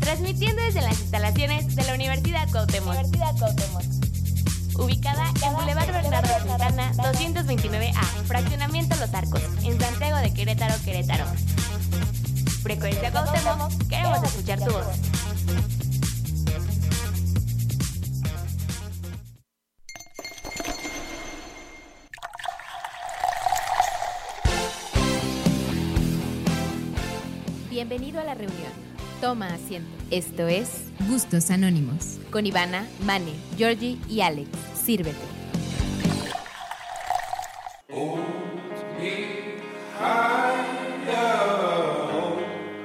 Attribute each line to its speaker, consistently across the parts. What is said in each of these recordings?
Speaker 1: transmitiendo desde las instalaciones de la Universidad Cuauhtémoc,
Speaker 2: Universidad Cuauhtémoc.
Speaker 1: ubicada en Boulevard Bernardo Santana 229A, Fraccionamiento Los Arcos, en Santiago de Querétaro, Querétaro. Frecuencia Cuauhtémoc, queremos escuchar tu voz.
Speaker 3: Bienvenido a la reunión. Toma asiento. Esto es Gustos Anónimos. Con Ivana, Mane, Georgie y Alex. Sírvete.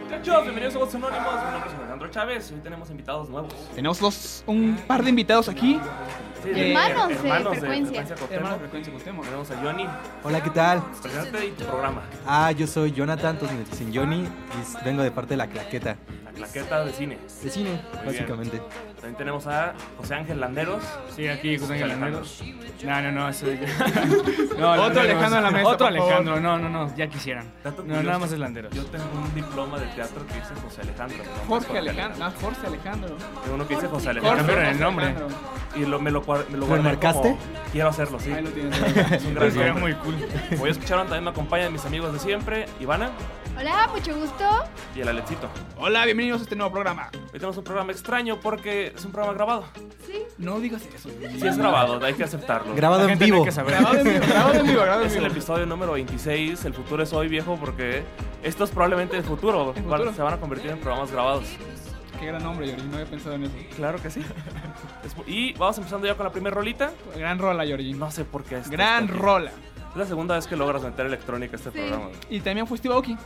Speaker 4: Muchachos, bienvenidos a Voz Anónimos. Mi nombre es Alejandro Chávez y hoy tenemos invitados nuevos.
Speaker 5: Tenemos los- un par de invitados aquí.
Speaker 6: Hermanos de frecuencia.
Speaker 4: Cuauhtémoc.
Speaker 5: Hermanos de frecuencia Cuauhtémoc.
Speaker 4: Tenemos a Johnny.
Speaker 7: Hola, ¿qué tal?
Speaker 4: Preséntate y tu programa.
Speaker 7: Ah, yo soy Jonathan, todos me dicen Johnny, y s- vengo de parte de la claqueta
Speaker 4: La claqueta de cine.
Speaker 7: de cine,
Speaker 4: bien.
Speaker 7: básicamente.
Speaker 4: También tenemos a José Ángel Landeros.
Speaker 6: Sí, aquí José Ángel
Speaker 4: Alejandro.
Speaker 6: Landeros. No, no, no, eso no,
Speaker 5: Otro Alejandro en la mesa,
Speaker 6: Otro
Speaker 5: por favor.
Speaker 6: Alejandro, no, no, no, ya quisieran.
Speaker 4: Dato
Speaker 6: No,
Speaker 4: curioso,
Speaker 6: nada más es Landeros.
Speaker 4: Yo tengo un diploma de teatro que dice José Alejandro. ¿no?
Speaker 5: Jorge Alejandro. No, Jorge Alejandro.
Speaker 4: Tengo uno que dice José
Speaker 6: Jorge.
Speaker 4: Alejandro.
Speaker 6: cambiaron el nombre.
Speaker 5: Alejandro.
Speaker 4: Y lo, me lo, guar- me lo guardé
Speaker 7: marcaste?
Speaker 4: como, Quiero hacerlo, sí.
Speaker 5: Ahí lo tienes.
Speaker 4: Es un gran
Speaker 6: Pero sería muy
Speaker 4: nombre.
Speaker 6: cool.
Speaker 4: Como ya escucharon, también me acompañan mis amigos de siempre, Ivana
Speaker 6: Hola, mucho gusto.
Speaker 4: y el Alexito.
Speaker 5: Hola, bienvenidos a este nuevo programa.
Speaker 4: Hoy tenemos un programa extraño porque es un programa grabado.
Speaker 5: No digas eso.
Speaker 4: Sí es grabado, hay que aceptarlo.
Speaker 7: Grabado
Speaker 6: La
Speaker 7: en
Speaker 6: gente tiene
Speaker 7: vivo.
Speaker 6: que saber.
Speaker 5: Grabado en vivo, grabado en vivo, grabado en
Speaker 4: Es el
Speaker 5: vivo.
Speaker 4: episodio número 26, el futuro es hoy viejo porque esto es probablemente el futuro,
Speaker 5: El
Speaker 4: van-
Speaker 5: futuro.
Speaker 4: se van a convertir en programas grabados.
Speaker 5: Qué gran nombre, Yori. No había pensado en eso.
Speaker 4: Claro que sí. Es- y vamos empezando ya con la primera rolita.
Speaker 5: Gran rola, Yori.
Speaker 4: No sé por qué. esto
Speaker 5: Gran
Speaker 4: está aquí.
Speaker 5: rola.
Speaker 4: Es la segunda vez que logras meter electrónica a este programa.
Speaker 5: Y también fue Steve Aoki.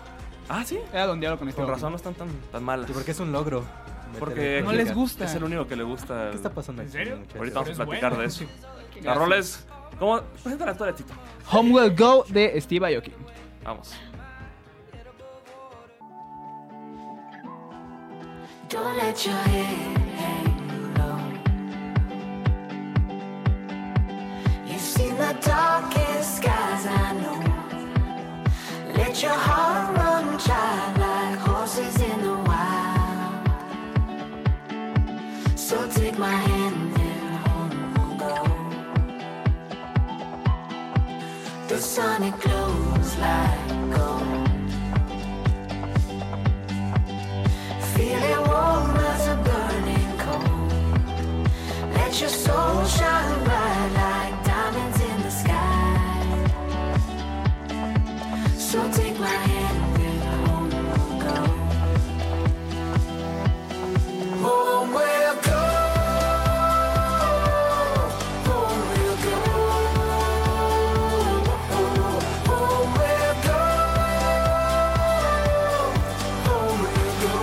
Speaker 4: Ah, sí.
Speaker 5: Era donde hablo con este Steve
Speaker 4: Con
Speaker 5: Aoki.
Speaker 4: razón no están tan, tan malas.
Speaker 7: Sí, Porque es un logro.
Speaker 4: Porque-
Speaker 5: No les gusta.
Speaker 4: Es el único que le gusta.
Speaker 7: ¿Qué está pasando?
Speaker 6: ¿En
Speaker 7: aquí,
Speaker 6: serio?
Speaker 7: muchachos?
Speaker 4: Ahorita vamos a
Speaker 6: Pero es
Speaker 4: platicar
Speaker 6: bueno.
Speaker 4: de eso. La rola es... ¿Cómo? Presenta la historia, Tito.
Speaker 5: Homewell Go de Steve Aoki.
Speaker 4: Vamos.
Speaker 8: Don't let your head hang low. You've seen the darkest skies I know. Let your heart run child like horses in the wild. So take my hand and home we'll go. The sun it glows like gold. Feel it warm as a burning coal. Let your soul shine bright like diamonds in the sky. So take my hand and home we'll go. Home Oh, we'll go. Home we'll go. Home we'll go. Home we'll go.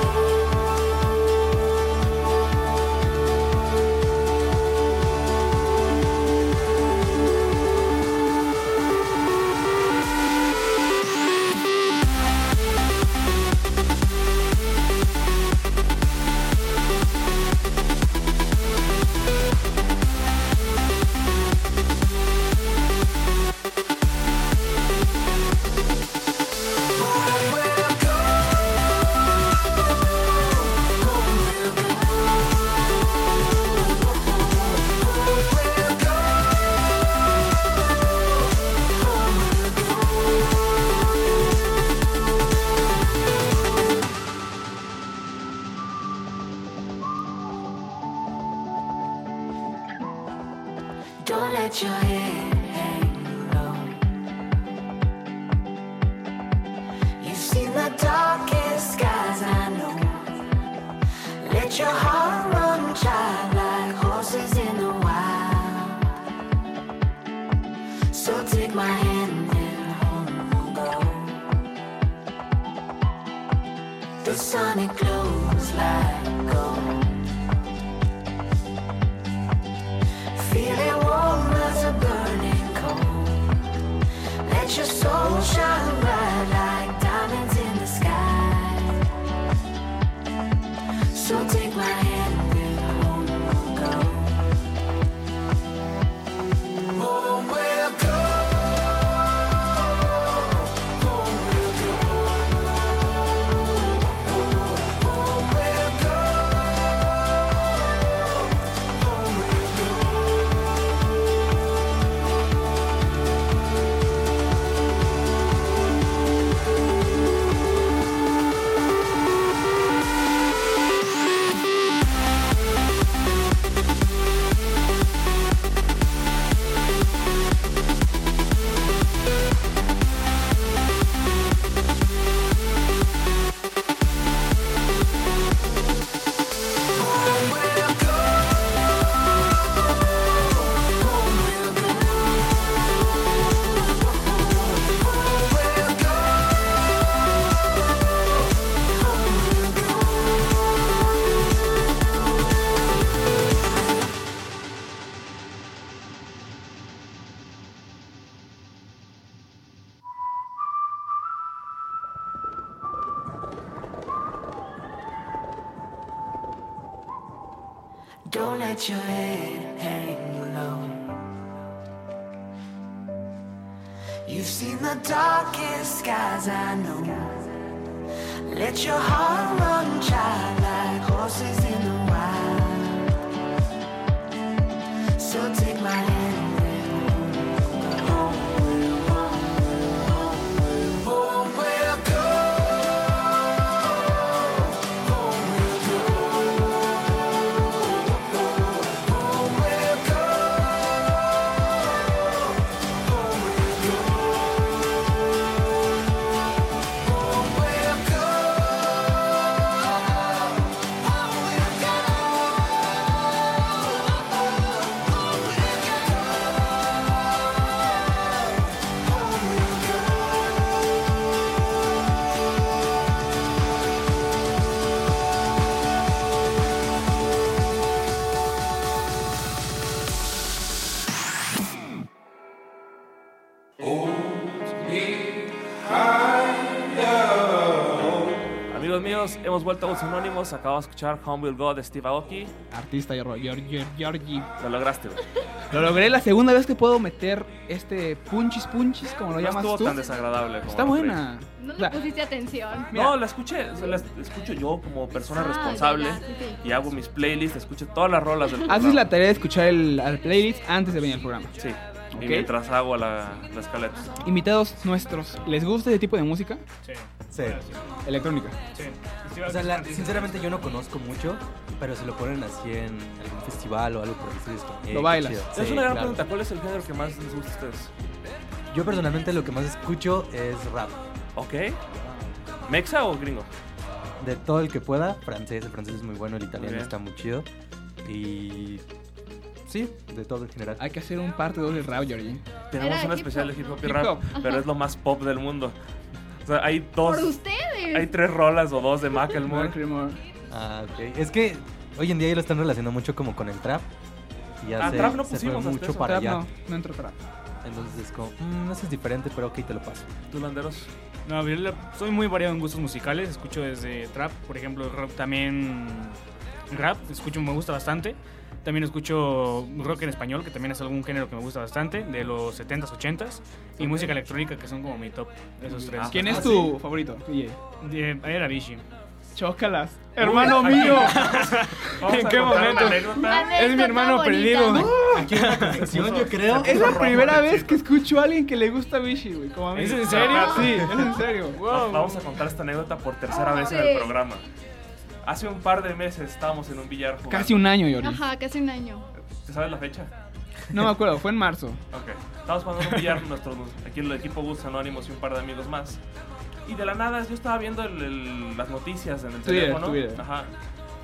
Speaker 8: Don't let your head hang low. You've seen the darkest skies, I know. Let your heart run child like horses in the wild. So take my hand and home we'll go. The sun it glows like gold. Feel it warm as a burning coal. Let your soul shine bright like diamonds in the sky. So take my hand and home we'll go. Home we'll go. Home we'll go. Home we'll go.
Speaker 9: Don't let your head hang low. You've seen the darkest skies I know. Let your heart run child like horses in the wild. So take my hand. and Home we'll go. Home we'll go.
Speaker 4: Amigos míos, hemos vuelto a los sinónimos. Acabamos de escuchar Home Will Go de Steve Aoki.
Speaker 5: Artista Georgie.
Speaker 4: Lo lograste, güey.
Speaker 5: Lo logré la segunda vez que puedo meter este punchis punchis, como lo
Speaker 4: No
Speaker 5: llamas
Speaker 4: estuvo
Speaker 5: tú.
Speaker 4: tan desagradable. como
Speaker 5: Está
Speaker 4: lo creí.
Speaker 5: buena.
Speaker 10: No
Speaker 5: O
Speaker 10: le
Speaker 5: sea,
Speaker 10: pusiste atención.
Speaker 5: Ah, Mira.
Speaker 4: No, la escuché, o sea, la escucho yo como persona
Speaker 10: Ah,
Speaker 4: responsable
Speaker 10: ya, ya, sí, sí.
Speaker 4: y hago mis playlists, escucho todas las rolas del
Speaker 5: haces
Speaker 4: programa.
Speaker 5: la tarea de escuchar el, al playlist antes de venir al programa.
Speaker 4: Sí,
Speaker 5: Ok.
Speaker 4: y mientras hago la, la escaleta.
Speaker 5: Invitados nuestros, ¿les gusta ese tipo de música?
Speaker 6: Sí.
Speaker 7: Sí.
Speaker 5: Electrónica.
Speaker 6: Sí.
Speaker 7: O sea, la- sinceramente yo no conozco mucho, pero si lo ponen así en algún festival o algo por el estilo, es como, eh, qué
Speaker 5: bailas.
Speaker 7: chido.
Speaker 4: es
Speaker 7: Sí,
Speaker 4: una gran
Speaker 7: claro.
Speaker 4: pregunta, ¿cuál es el género que más les gusta a ustedes?
Speaker 7: Yo personalmente lo que más escucho es rap.
Speaker 4: ¿Ok? ¿Mexa o gringo?
Speaker 7: De todo el que pueda, francés, el francés es muy bueno, el italiano
Speaker 4: bien.
Speaker 7: está muy chido. Y sí, de todo en general.
Speaker 5: Hay que hacer un parte 2 del rap, Georgie.
Speaker 4: Tenemos
Speaker 10: Era
Speaker 4: un
Speaker 10: hip
Speaker 4: especial
Speaker 10: hop,
Speaker 4: de hip hop y
Speaker 5: ¿no?
Speaker 4: rap,
Speaker 5: Hip hop.
Speaker 4: pero es lo más pop del mundo. O sea, hay
Speaker 10: Por
Speaker 4: dos,
Speaker 10: ustedes.
Speaker 4: hay tres rolas o dos de Macklemore.
Speaker 7: Ah, ok. Es que hoy en día ya lo están relacionando mucho como con el trap. Y ya
Speaker 4: Ah,
Speaker 7: se,
Speaker 4: trap no
Speaker 7: se fue
Speaker 4: pusimos hasta
Speaker 7: mucho
Speaker 4: eso.
Speaker 7: para
Speaker 5: Trap
Speaker 7: allá.
Speaker 5: no, no entro trap.
Speaker 7: Entonces es como, mm, eso es diferente, pero ok, te lo paso.
Speaker 4: ¿Tú, Landeros?
Speaker 6: No, yo la- soy muy variado en gustos musicales. Escucho desde trap, por ejemplo, rap, también rap. Escucho, me gusta bastante. También escucho rock en español, que también es algún género que me gusta bastante, de los 70s, 80s. Y música electrónica, que son como mi top, esos tres.
Speaker 4: Ah.
Speaker 5: ¿Quién es tu favorito? DJ?
Speaker 6: Eh, Era Vichy.
Speaker 5: Chócalas.
Speaker 4: ¡Hermano mío! ¿En
Speaker 6: qué momento?
Speaker 10: Anécdota
Speaker 6: Es mi hermano
Speaker 10: bonita.
Speaker 6: perdido.
Speaker 7: yo creo.
Speaker 5: Es la primera vez que escucho a alguien que le gusta Vichy, güey. como a mí.
Speaker 6: ¿Es en serio?
Speaker 5: Sí, es en serio.
Speaker 4: Va- Vamos a contar esta anécdota por tercera vez en el
Speaker 10: Sí.
Speaker 4: programa. Hace un par de meses estábamos en un billar jugando.
Speaker 5: Casi un año, Georgie.
Speaker 10: Ajá, casi un año.
Speaker 4: ¿Te sabes la fecha?
Speaker 5: No me acuerdo, fue en marzo.
Speaker 4: Ok. Estábamos jugando un billar nuestros, aquí en el equipo Gus Anónimos y un par de amigos más. Y de la nada yo estaba viendo el- el- las noticias en el
Speaker 5: Twitter,
Speaker 4: teléfono.
Speaker 5: Twitter.
Speaker 4: Ajá.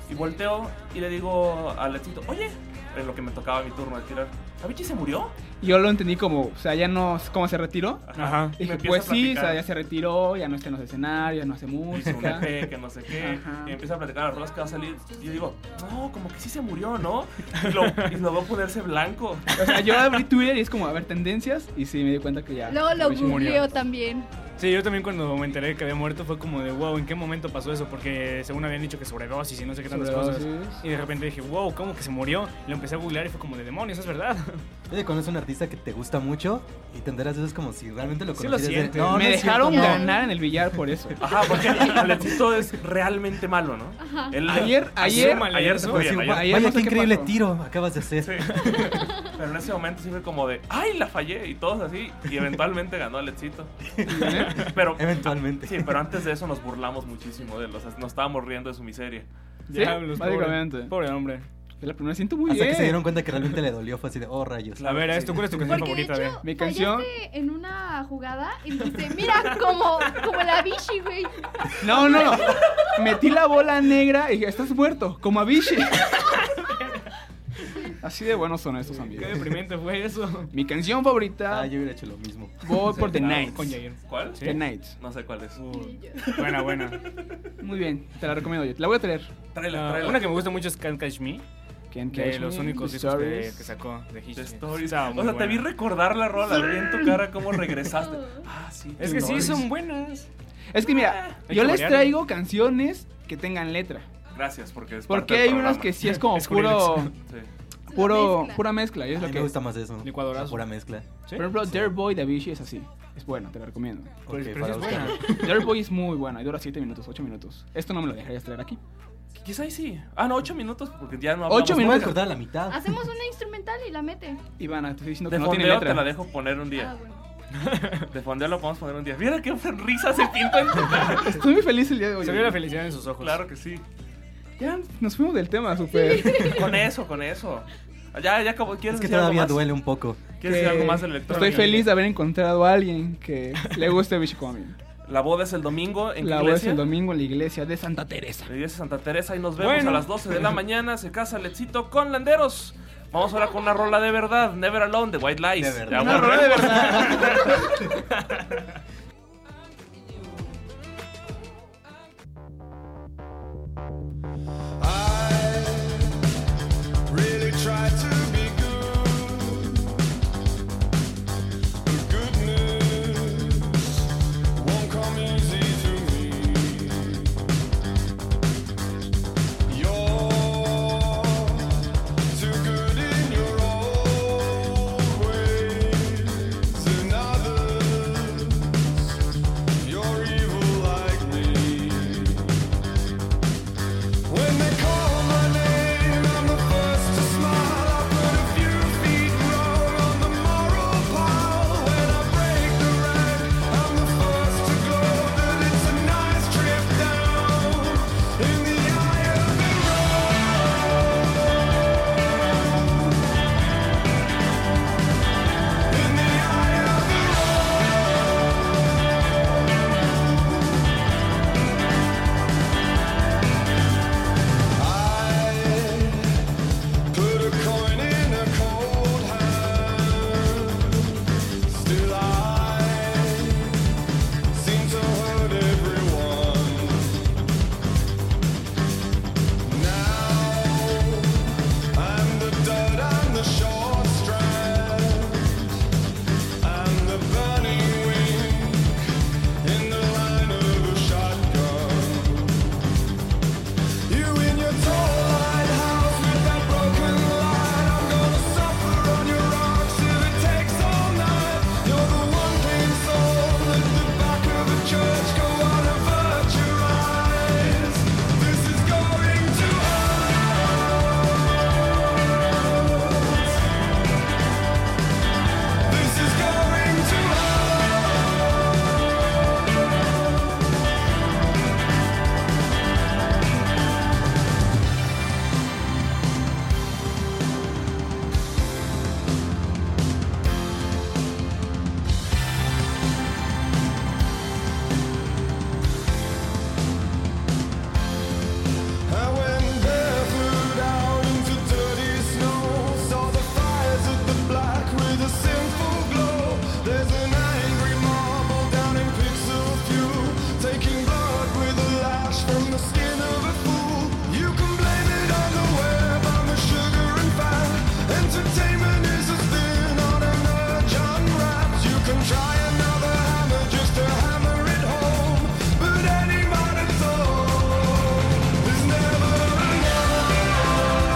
Speaker 4: Y volteo y le digo a Alexito, oye, en lo que me tocaba mi turno de tirar, ¿Avicii se murió?
Speaker 5: Y yo lo entendí como, o sea, ya no, como se retiró.
Speaker 6: Ajá.
Speaker 5: Y dije,
Speaker 4: empieza
Speaker 5: pues
Speaker 4: a
Speaker 5: sí, o sea,
Speaker 4: platicar.
Speaker 5: ya se retiró, ya no está en los escenarios, no hace
Speaker 4: Hizo un
Speaker 5: música.
Speaker 4: EP, que no sé qué.
Speaker 5: Ajá.
Speaker 4: Y empieza a platicar las rolas que va a salir. Y yo digo, no, como que sí se murió, ¿no? Y lo, y lo veo ponerse blanco.
Speaker 5: O sea, yo abrí Twitter y es como, a ver, tendencias. Y sí, me di cuenta que ya.
Speaker 10: Luego lo
Speaker 5: Vichy Ah, murió.
Speaker 10: googleó también.
Speaker 6: Sí, yo también cuando me enteré que había muerto fue como de wow, ¿en qué momento pasó eso? Porque según habían dicho que sobredosis y no sé qué tantas
Speaker 5: Sobredosis.
Speaker 6: cosas. Y de repente dije, wow, ¿cómo que se murió? Y lo empecé a googlear y fue como de demonios, es verdad.
Speaker 7: Oye, conoces a un artista que te gusta mucho y te enteras de eso es como si realmente lo
Speaker 6: Sí lo
Speaker 7: conocieras. de-
Speaker 6: sientes.
Speaker 7: no,
Speaker 5: me
Speaker 7: no es
Speaker 5: dejaron
Speaker 7: cierto, no.
Speaker 5: ganar en el billar por eso.
Speaker 4: Ajá, porque Alexito es realmente malo, ¿no? Él-
Speaker 5: Ayer, ayer.
Speaker 6: Súmale
Speaker 4: ayer
Speaker 6: eso.
Speaker 4: se fue
Speaker 7: Pues
Speaker 4: bien,
Speaker 7: sí,
Speaker 4: ayer
Speaker 7: va-
Speaker 5: ayer
Speaker 7: Vaya,
Speaker 5: no sé
Speaker 7: qué
Speaker 5: qué
Speaker 7: increíble
Speaker 5: pasó.
Speaker 7: tiro acabas de hacer.
Speaker 4: Pero en ese momento sí fue como de, ¡ay, la fallé! Y todos así. Y eventualmente ganó Alexito. Pero,
Speaker 7: Eventualmente.
Speaker 4: sí, pero antes de eso nos burlamos muchísimo de él. O sea, nos estábamos riendo de su miseria.
Speaker 6: Diablos, pobre-
Speaker 5: básicamente.
Speaker 6: Pobre, hombre.
Speaker 5: Fue la primera, siento muy
Speaker 7: Hasta que
Speaker 5: bien.
Speaker 7: se dieron cuenta que realmente le dolió, fue así de, oh rayos.
Speaker 6: A ver, ¿esto cuál es tu canción
Speaker 10: Porque de
Speaker 6: favorita
Speaker 10: hecho,
Speaker 5: Mi
Speaker 10: mi
Speaker 5: canción-
Speaker 10: en una jugada y me dijiste, mira, como, como la bichi, güey.
Speaker 5: No, no. Metí la bola negra y dije, estás muerto, como a Vichy. Así de buenos son estos
Speaker 6: de? Qué
Speaker 5: amigos.
Speaker 6: deprimente fue eso.
Speaker 5: Mi canción favorita,
Speaker 7: Ah, yo hubiera hecho lo mismo.
Speaker 5: voy por The
Speaker 6: Ah,
Speaker 5: Nights.
Speaker 6: Con Jair.
Speaker 4: ¿Cuál?
Speaker 6: Sí.
Speaker 5: The Nights.
Speaker 4: No sé cuál es.
Speaker 6: Uh, buena, buena.
Speaker 5: Muy bien, te la recomiendo yo. Te la voy a traer.
Speaker 4: Tráela,
Speaker 6: Ah,
Speaker 4: tráela.
Speaker 6: una que me gusta mucho es Can't Catch Me,
Speaker 5: Can
Speaker 6: que
Speaker 5: Catch
Speaker 6: los
Speaker 5: Me,
Speaker 6: únicos
Speaker 5: The
Speaker 6: discos que,
Speaker 5: Stories.
Speaker 6: que sacó de Hitch.
Speaker 4: The Stories.
Speaker 6: Estaba
Speaker 4: O
Speaker 6: muy
Speaker 4: sea, te vi
Speaker 6: buena.
Speaker 4: recordar la rola, vi en tu cara cómo regresaste. Ah, sí. Ah.
Speaker 6: Es que sí,
Speaker 4: Stories.
Speaker 6: son buenas.
Speaker 5: Es que mira,
Speaker 6: Hay
Speaker 5: yo
Speaker 6: que
Speaker 5: les
Speaker 6: variarle.
Speaker 5: traigo canciones que tengan letra.
Speaker 4: Gracias, porque es parte
Speaker 5: Porque
Speaker 4: del
Speaker 5: hay unos
Speaker 4: programa.
Speaker 5: que sí es como
Speaker 6: Es
Speaker 5: puro,
Speaker 6: curioso.
Speaker 4: Sí.
Speaker 10: La
Speaker 5: puro,
Speaker 10: mezcla.
Speaker 5: pura mezcla. Y es
Speaker 7: A
Speaker 5: lo
Speaker 7: mí
Speaker 5: que
Speaker 7: me gusta más eso.
Speaker 6: Licuadorazo.
Speaker 7: La Pura mezcla.
Speaker 6: ¿Sí?
Speaker 5: Por ejemplo, Dare Boy de Avicii es así. Es bueno, te lo recomiendo.
Speaker 6: Pero es-
Speaker 7: Ok,
Speaker 6: pero
Speaker 7: para
Speaker 6: es buena.
Speaker 7: buscarlo.
Speaker 5: Dare Boy es muy bueno y dura 7 minutos, 8 minutos. Esto no me lo dejarías traer aquí.
Speaker 4: Quizá ahí sí. Ah, no, ocho minutos, porque ya no hablamos.
Speaker 5: Ocho
Speaker 7: Voy a
Speaker 5: minutos.
Speaker 7: cortar a la mitad.
Speaker 10: Hacemos una instrumental y la mete.
Speaker 5: Ivana, te estoy diciendo que
Speaker 4: De
Speaker 5: no tiene
Speaker 4: fondeo te la
Speaker 5: letra.
Speaker 4: dejo poner un
Speaker 10: Ah,
Speaker 4: día.
Speaker 10: bueno.
Speaker 4: De fondeo lo podemos poner un día. Mira qué risa se pinta en tu cara.
Speaker 5: Estoy muy feliz el día de hoy.
Speaker 6: Se vio la felicidad en sus ojos.
Speaker 4: Claro que sí.
Speaker 5: Ya nos fuimos del tema, súper.
Speaker 4: Con eso, con eso. Ya, ya acabó. ¿Quieres
Speaker 7: Es que
Speaker 4: decir algo
Speaker 7: todavía
Speaker 4: más?
Speaker 7: duele un poco.
Speaker 4: ¿Quieres
Speaker 5: que
Speaker 4: decir algo más del electrónico?
Speaker 5: Estoy feliz de haber encontrado a alguien que le guste Bichicomi.
Speaker 4: La boda es el domingo en
Speaker 5: La
Speaker 4: iglesia.
Speaker 5: voz el domingo en la iglesia de Santa Teresa.
Speaker 4: La iglesia de Santa Teresa y nos vemos
Speaker 6: Bueno.
Speaker 4: a las 12 de la mañana. Se casa Letcito con Landeros. Vamos ahora con una rola de verdad, Never Alone, de White Lies.
Speaker 7: De verdad.
Speaker 4: Ya
Speaker 5: Una rola
Speaker 4: volvemos.
Speaker 5: de verdad.
Speaker 8: Really try to be good. The good news won't come easy to me. You're too good in your old ways, and others you're evil like me. When they call my name, I'm the first to smile. I put a few feet wrong on the moral pile. When I break the rank, I'm the first to gloat that it's a nice trip down in the eye of the road. In the eye of the I put a coin in a cold hand. Still I seem to hurt everyone. Now I'm the dirt, I'm the short strand, I'm the burning wing in the line of a shotgun. You in your tall lighthouse with that broken light. I'm gonna suffer on your rocks if it takes all night. You're the one thing soul at the back of a church. Go on, avert your eyes. This is going to hurt. This is going to hurt. I went barefoot out into dirty snow. Saw the fires of the black with a sinful glow. There's an angry marble down in pixel fuel, taking blood with a lash from the skin of a fool. You can blame it on the web, on the sugar and fat. Entertainment is a spin on an urge unwrapped. You can try another hammer just to hammer it home, but any man at all is never enough.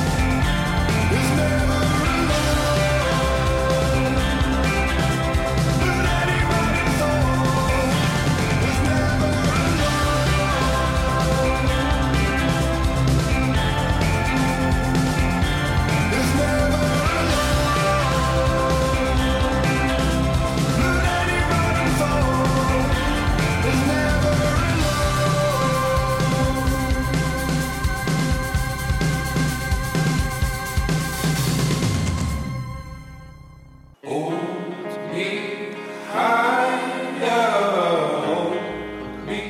Speaker 8: Is never enough. But anybody's all is never enough. Is never enough. But anybody's all is never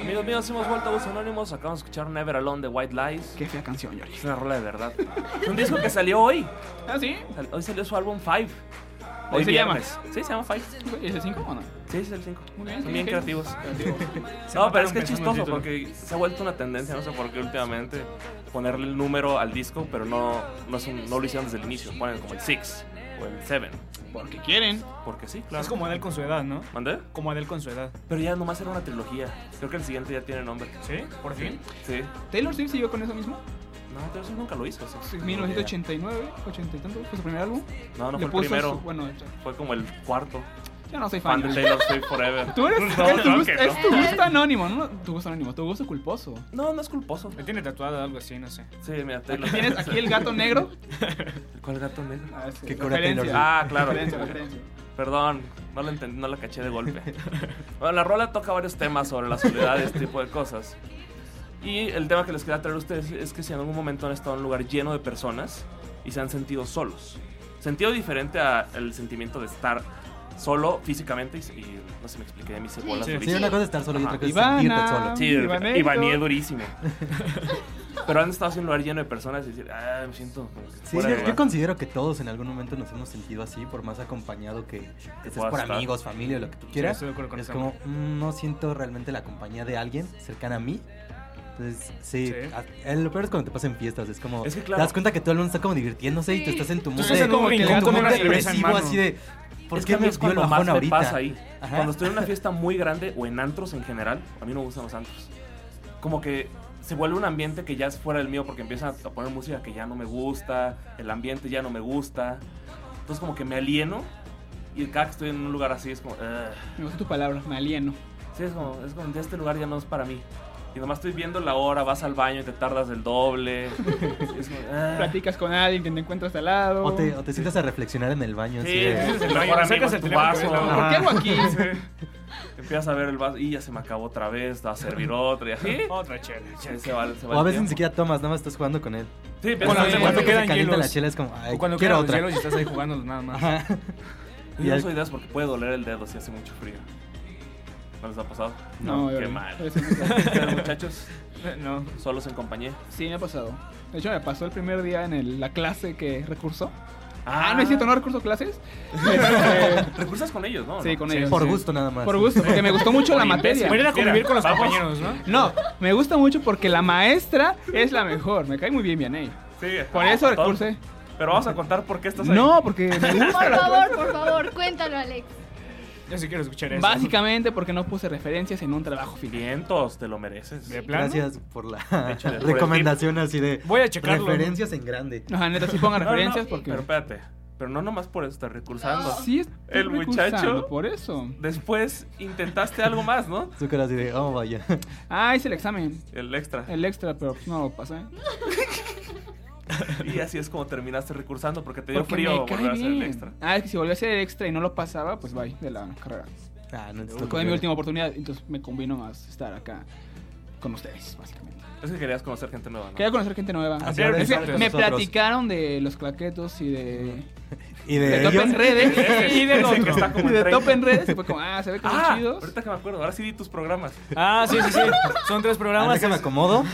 Speaker 4: Amigos míos, hemos vuelto a Bus Anónimos. Acabamos de escuchar Never Alone de White Lies.
Speaker 5: Qué fea canción, Yori.
Speaker 4: Es una rola de verdad. Es un disco que salió hoy.
Speaker 5: ¿Ah, sí?
Speaker 4: Sal- Hoy salió su álbum Five.
Speaker 5: Hoy se llama.
Speaker 4: llama. Sí, se llama Five.
Speaker 5: ¿Es el 5 o no?
Speaker 4: Sí, es el 5. Muy
Speaker 5: bien,
Speaker 4: bien,
Speaker 5: sí, sí.
Speaker 4: creativos.
Speaker 6: Se
Speaker 4: No, pero
Speaker 6: mataron
Speaker 4: es que es
Speaker 6: pensando en
Speaker 4: chistoso
Speaker 6: el título.
Speaker 4: porque se ha vuelto una tendencia, no sé por qué últimamente, ponerle el número al disco, pero no, no, es un- no lo hicieron desde el inicio, ponen como el 6 o el 7.
Speaker 5: Porque quieren.
Speaker 4: Porque sí,
Speaker 6: Es
Speaker 4: claro.
Speaker 6: como Adele con su edad, ¿no?
Speaker 4: ¿Mandé?
Speaker 6: Como Adele con su edad.
Speaker 4: Pero ya nomás era una trilogía. Creo que el siguiente ya tiene nombre.
Speaker 6: ¿Sí? ¿Por fin?
Speaker 4: Sí.
Speaker 5: ¿Taylor Swift siguió con eso mismo?
Speaker 4: No, pero eso nunca lo hizo. eso.
Speaker 5: 1989, 80 y tanto, fue su primer álbum.
Speaker 4: No, no
Speaker 5: Le
Speaker 4: fue el
Speaker 5: puso
Speaker 4: primero.
Speaker 5: su- bueno,
Speaker 4: Fue como el cuarto.
Speaker 5: yo no soy fan.
Speaker 4: Fan de
Speaker 5: de
Speaker 4: Taylor Swift Forever.
Speaker 5: Tú eres es
Speaker 4: No,
Speaker 5: tu,
Speaker 4: claro
Speaker 5: gusto-
Speaker 4: que no.
Speaker 5: es tu gusto anónimo, no tu gusto anónimo, tu gusto culposo.
Speaker 4: No, no es culposo.
Speaker 6: Él tiene tatuada algo así, no sé.
Speaker 4: Sí, mira, Taylor.
Speaker 5: Tienes aquí el gato negro.
Speaker 4: ¿Cuál gato negro?
Speaker 5: Ah, sí,
Speaker 7: Que cobra
Speaker 5: referencia.
Speaker 7: Taylor.
Speaker 4: Ah, claro.
Speaker 5: Referencia, referencia.
Speaker 4: Perdón, no la entendí, no la caché de golpe. Bueno, la rola toca varios temas sobre la soledad y este tipo de cosas. Y el tema que les quería traer a ustedes es que si en algún momento han estado en un lugar lleno de personas y se han sentido solos. Sentido diferente al sentimiento de estar solo físicamente y, y no se me expliqué, me hice bolas
Speaker 6: sí,
Speaker 7: Sí,
Speaker 4: durísimo.
Speaker 7: una cosa es estar solo y
Speaker 4: Ajá.
Speaker 7: otra cosa es
Speaker 5: Ivana.
Speaker 7: sentirte solo.
Speaker 4: Sí,
Speaker 5: Ivané,
Speaker 4: y baneé
Speaker 5: yo.
Speaker 4: durísimo. Pero han estado en un lugar lleno de personas y decir, ah, me siento como que
Speaker 7: Sí,
Speaker 4: fuera de
Speaker 7: yo, yo
Speaker 4: lugar".
Speaker 7: considero que todos en algún momento nos hemos sentido así, por más acompañado que estés
Speaker 4: puedas
Speaker 7: por
Speaker 4: estar.
Speaker 7: amigos, familia, lo que tú quieras.
Speaker 6: estoy de acuerdo con
Speaker 7: es
Speaker 6: esa
Speaker 7: como, "Mm, no siento realmente la compañía de alguien cercana a mí. Entonces, sí,
Speaker 6: Sí.
Speaker 7: a- eh, lo peor es cuando te pasan fiestas, es como,
Speaker 4: Es que claro.
Speaker 7: te das cuenta que todo el mundo está como divirtiéndose y tú
Speaker 10: Sí.
Speaker 7: estás en tu mundo,
Speaker 6: estás en un
Speaker 7: como que
Speaker 6: rincón
Speaker 7: en tu
Speaker 6: con
Speaker 7: mundo
Speaker 6: una cerveza en
Speaker 7: depresivo,
Speaker 6: mano.
Speaker 7: así de, ¿por
Speaker 4: Es que
Speaker 7: qué
Speaker 4: a mí
Speaker 7: me
Speaker 4: es
Speaker 7: dio el
Speaker 4: cuando más
Speaker 7: bajón
Speaker 4: me
Speaker 7: ahorita?
Speaker 4: pasa ahí.
Speaker 7: Ajá.
Speaker 4: Cuando estoy en una fiesta muy grande o en antros en general, a mí no me gustan los antros. Como que se vuelve un ambiente que ya es fuera del mío porque empiezan a poner música que ya no me gusta, el ambiente ya no me gusta. Entonces como que me alieno y cada que estoy en un lugar así es como... "Ugh".
Speaker 5: Me gusta tu palabra, me alieno.
Speaker 4: Sí, es como, es como, ya este lugar ya no es para mí. Y nomás estoy viendo la hora, vas al baño y te tardas el doble. Es como, "Ah".
Speaker 5: Platicas con alguien que te encuentras al lado.
Speaker 7: O te, o te sientas a reflexionar en el baño,
Speaker 4: Sí,
Speaker 7: así de,
Speaker 4: sí, sí, el
Speaker 6: Oye,
Speaker 4: mejor amigo
Speaker 6: sacas
Speaker 4: es
Speaker 6: el
Speaker 4: tu
Speaker 6: teléfono,
Speaker 4: vaso.
Speaker 6: ¿no?
Speaker 5: ¿Por qué hago aquí?
Speaker 4: Empiezas a ver el vaso y ya se me acabó otra vez, va a servir otro y así.
Speaker 6: Otra chela.
Speaker 4: Sí, se va- se va
Speaker 7: o a veces
Speaker 4: el
Speaker 7: ni
Speaker 4: tiempo.
Speaker 7: siquiera tomas, nada más estás jugando con él.
Speaker 4: Sí, pero
Speaker 6: Cuando-
Speaker 4: no sé
Speaker 6: cuando
Speaker 4: cuánto
Speaker 7: se
Speaker 6: quedan
Speaker 7: calienta
Speaker 6: hielos.
Speaker 7: la chela es como, ay,
Speaker 6: O cuando
Speaker 7: quiero
Speaker 6: quieras los
Speaker 7: otra.
Speaker 6: hielos y estás ahí jugándolos nada más.
Speaker 7: Ajá.
Speaker 4: Yo no soy de esas porque puede doler el dedo si hace mucho frío. ¿No les ha pasado?
Speaker 5: No,
Speaker 4: qué
Speaker 5: yo-
Speaker 4: mal.
Speaker 5: eso me pasa. Eh,
Speaker 4: Ustedes, muchachos,
Speaker 6: No.
Speaker 4: solos en compañía.
Speaker 5: Sí, me ha pasado. De hecho, me pasó el primer día en el- la clase que recursó. Ah, no es cierto, no recurso clases. Este,
Speaker 4: Recursas con ellos, ¿no?
Speaker 5: sí, con
Speaker 6: Sí,
Speaker 5: ellos.
Speaker 7: Por
Speaker 5: sí.
Speaker 7: gusto nada más.
Speaker 5: Por gusto, porque me gustó mucho la materia.
Speaker 6: Voy a ir a convivir
Speaker 4: Mira,
Speaker 6: con los
Speaker 4: vamos.
Speaker 6: compañeros, ¿no?
Speaker 5: No, me gusta mucho porque la maestra es la mejor. Me cae muy bien Vianey.
Speaker 4: Sí.
Speaker 5: Por eso
Speaker 4: Todo.
Speaker 5: recursé.
Speaker 4: Pero vamos a contar por qué estás ahí.
Speaker 5: No, porque me gusta
Speaker 10: Por
Speaker 5: la-
Speaker 10: favor, por favor, cuéntalo, Alex.
Speaker 6: Yo sí quiero escuchar eso.
Speaker 5: Básicamente porque no puse referencias en un trabajo final.
Speaker 4: Vientos, te lo mereces.
Speaker 6: ¿De plano?
Speaker 7: Gracias por la
Speaker 4: hecho, por el
Speaker 7: recomendación así de
Speaker 6: Voy a checarlo.
Speaker 7: referencias en grande.
Speaker 5: No, neta, sí pongan
Speaker 4: No, no,
Speaker 5: referencias
Speaker 4: sí,
Speaker 5: porque...
Speaker 4: Pero espérate. Pero no nomás por estar recursando.
Speaker 5: Sí, estoy
Speaker 4: El
Speaker 5: recursando
Speaker 4: muchacho-
Speaker 5: Por eso.
Speaker 4: Después intentaste algo más, ¿no?
Speaker 7: Su cara así de, oh vaya.
Speaker 5: Ah, hice el examen.
Speaker 4: El extra.
Speaker 5: El extra, pero pues, no lo pasé.
Speaker 4: Y así es como terminaste recursando porque te dio
Speaker 5: Porque
Speaker 4: frío
Speaker 5: me cae
Speaker 4: volver a hacer el
Speaker 5: bien.
Speaker 4: extra.
Speaker 5: Ah, es que si volvió a hacer el extra y no lo pasaba, pues bye, de la carrera.
Speaker 7: Ah, no te
Speaker 5: Fue
Speaker 7: preocupes.
Speaker 5: mi última oportunidad, entonces me convino más estar acá con ustedes, básicamente.
Speaker 4: Es que querías conocer gente nueva, ¿no?
Speaker 5: Quería conocer gente nueva.
Speaker 7: Así
Speaker 5: Es
Speaker 7: ahora
Speaker 5: que
Speaker 7: estamos
Speaker 5: me
Speaker 7: nosotros.
Speaker 5: platicaron de los claquetos y de,
Speaker 7: Y
Speaker 5: de
Speaker 7: de
Speaker 5: top
Speaker 7: ellos,
Speaker 5: en redes.
Speaker 4: Ese
Speaker 5: y del
Speaker 4: que
Speaker 5: otro.
Speaker 4: está como
Speaker 5: Y de
Speaker 4: en
Speaker 5: top
Speaker 4: tren.
Speaker 5: en redes. Y fue como, ah, se ve que son
Speaker 4: Ah,
Speaker 5: chidos.
Speaker 4: ahorita que me acuerdo, ahora sí di tus programas.
Speaker 6: Ah, sí, sí, sí. Son tres
Speaker 7: ahora
Speaker 6: programas.
Speaker 7: que me
Speaker 6: es-
Speaker 7: acomodo.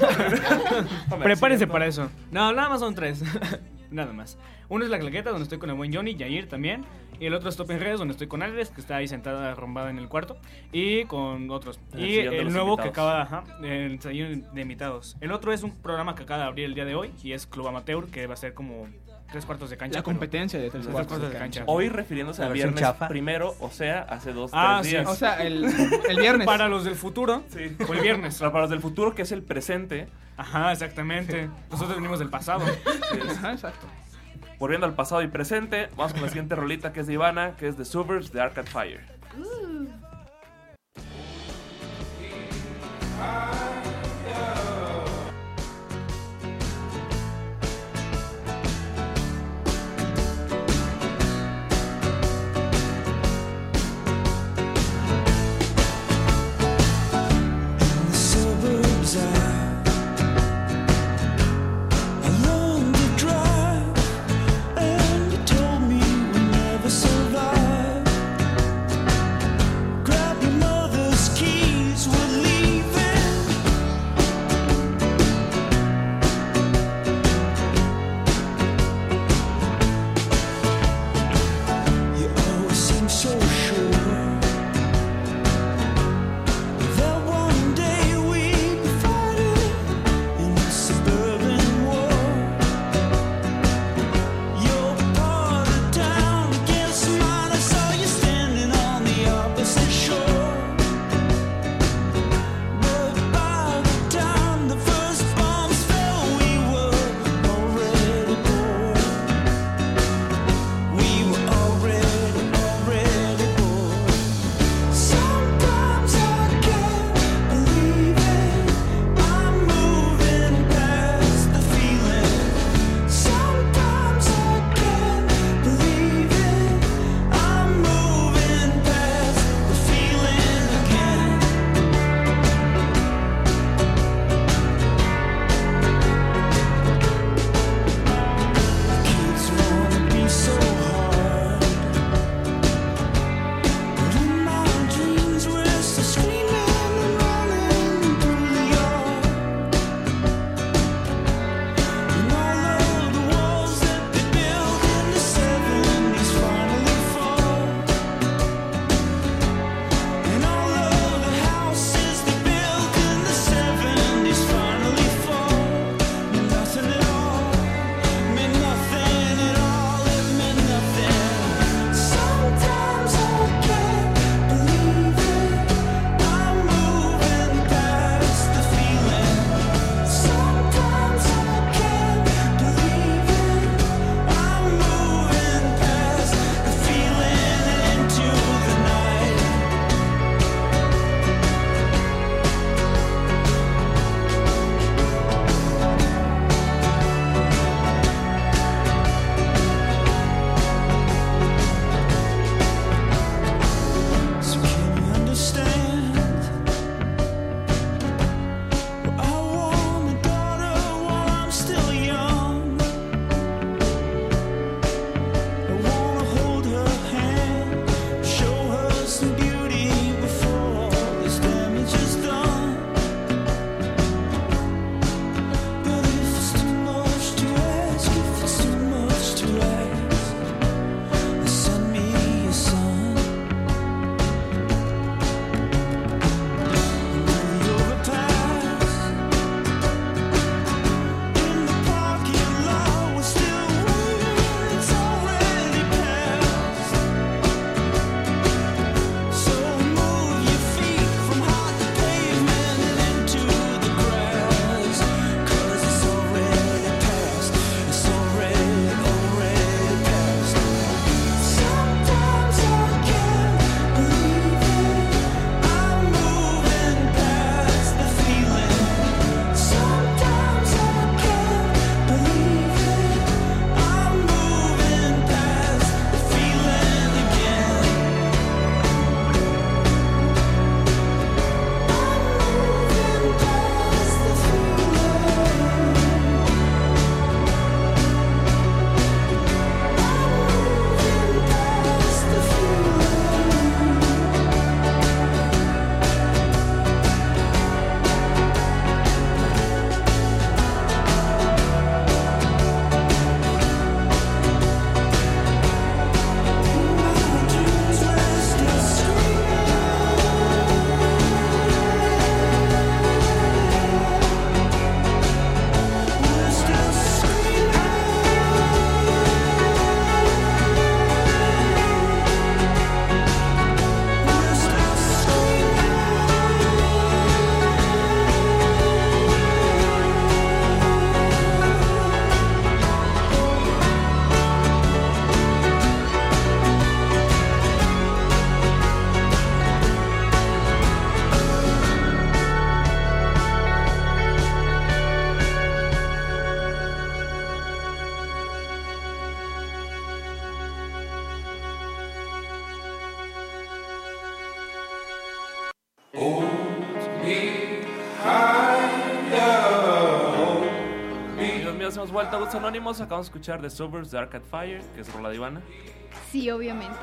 Speaker 6: Prepárense para eso. No, nada más son tres. nada más. Uno es La Claqueta, donde estoy con el buen Johnny, Yair también. Y el otro es Top en Redes, donde estoy con Alex, que está ahí sentada arrumbada en el cuarto. Y con otros.
Speaker 5: Ah,
Speaker 4: En el
Speaker 6: Y
Speaker 4: sillón de
Speaker 6: el
Speaker 4: los
Speaker 6: nuevo que
Speaker 4: invitados.
Speaker 6: acaba, ajá, el sillón de invitados. El otro es un programa que acaba de abrir el día de hoy, y es Club Amateur, que va a ser como tres cuartos de cancha.
Speaker 5: La
Speaker 6: pero-
Speaker 5: competencia de tres
Speaker 6: Las
Speaker 5: cuartos
Speaker 6: cosas
Speaker 5: de
Speaker 6: de
Speaker 5: cancha.
Speaker 6: cancha.
Speaker 4: Hoy refiriéndose
Speaker 7: La
Speaker 4: al
Speaker 7: versión
Speaker 4: viernes
Speaker 7: chafa.
Speaker 4: primero, o sea, hace dos,
Speaker 6: Ah,
Speaker 4: tres
Speaker 6: sí.
Speaker 4: días.
Speaker 5: O sea, el, el viernes.
Speaker 6: Para los del futuro.
Speaker 4: Sí.
Speaker 6: O el viernes.
Speaker 4: Para los del futuro, que es el presente,
Speaker 6: Ajá, exactamente. Nosotros venimos del pasado.
Speaker 5: Ajá, exacto.
Speaker 4: volviendo al pasado y presente, vamos con la siguiente rolita que es de Ivana, que es The Suburbs de Arcade Fire.
Speaker 8: And you told me we'll never survive.
Speaker 4: Amigos míos, hemos vuelto a Gustos Anónimos. Acabamos de escuchar The Suburbs Dark at Fire, que es rola de Ivana.
Speaker 10: Sí, obviamente.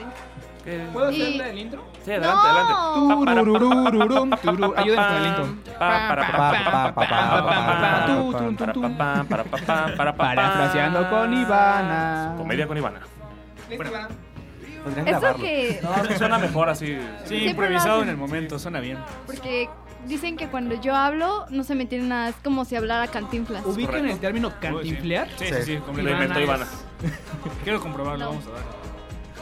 Speaker 4: Que-
Speaker 5: ¿Puedo
Speaker 10: Y-
Speaker 5: hacerle el intro?
Speaker 4: Sí, adelante, adelante.
Speaker 5: Turururururum, tururu. Ayúdenme con el intro.
Speaker 4: Ah,
Speaker 5: Parafraseando con Ivana.
Speaker 4: Comedia con Ivana.
Speaker 7: Podrían
Speaker 10: Eso
Speaker 7: grabarlo.
Speaker 10: que.
Speaker 4: No, es que suena mejor así.
Speaker 6: Sí,
Speaker 10: Siempre lo
Speaker 6: improvisado
Speaker 10: hacen.
Speaker 6: en el momento, suena bien.
Speaker 10: Porque dicen que cuando yo hablo no se me entiende nada. Es como si hablara cantinflas.
Speaker 5: Ubiquen el término cantinflear.
Speaker 6: Sí, sí, sí,
Speaker 4: Lo inventó
Speaker 6: completamente.
Speaker 4: Ivana.
Speaker 6: Quiero comprobarlo,
Speaker 10: No.
Speaker 6: vamos a ver.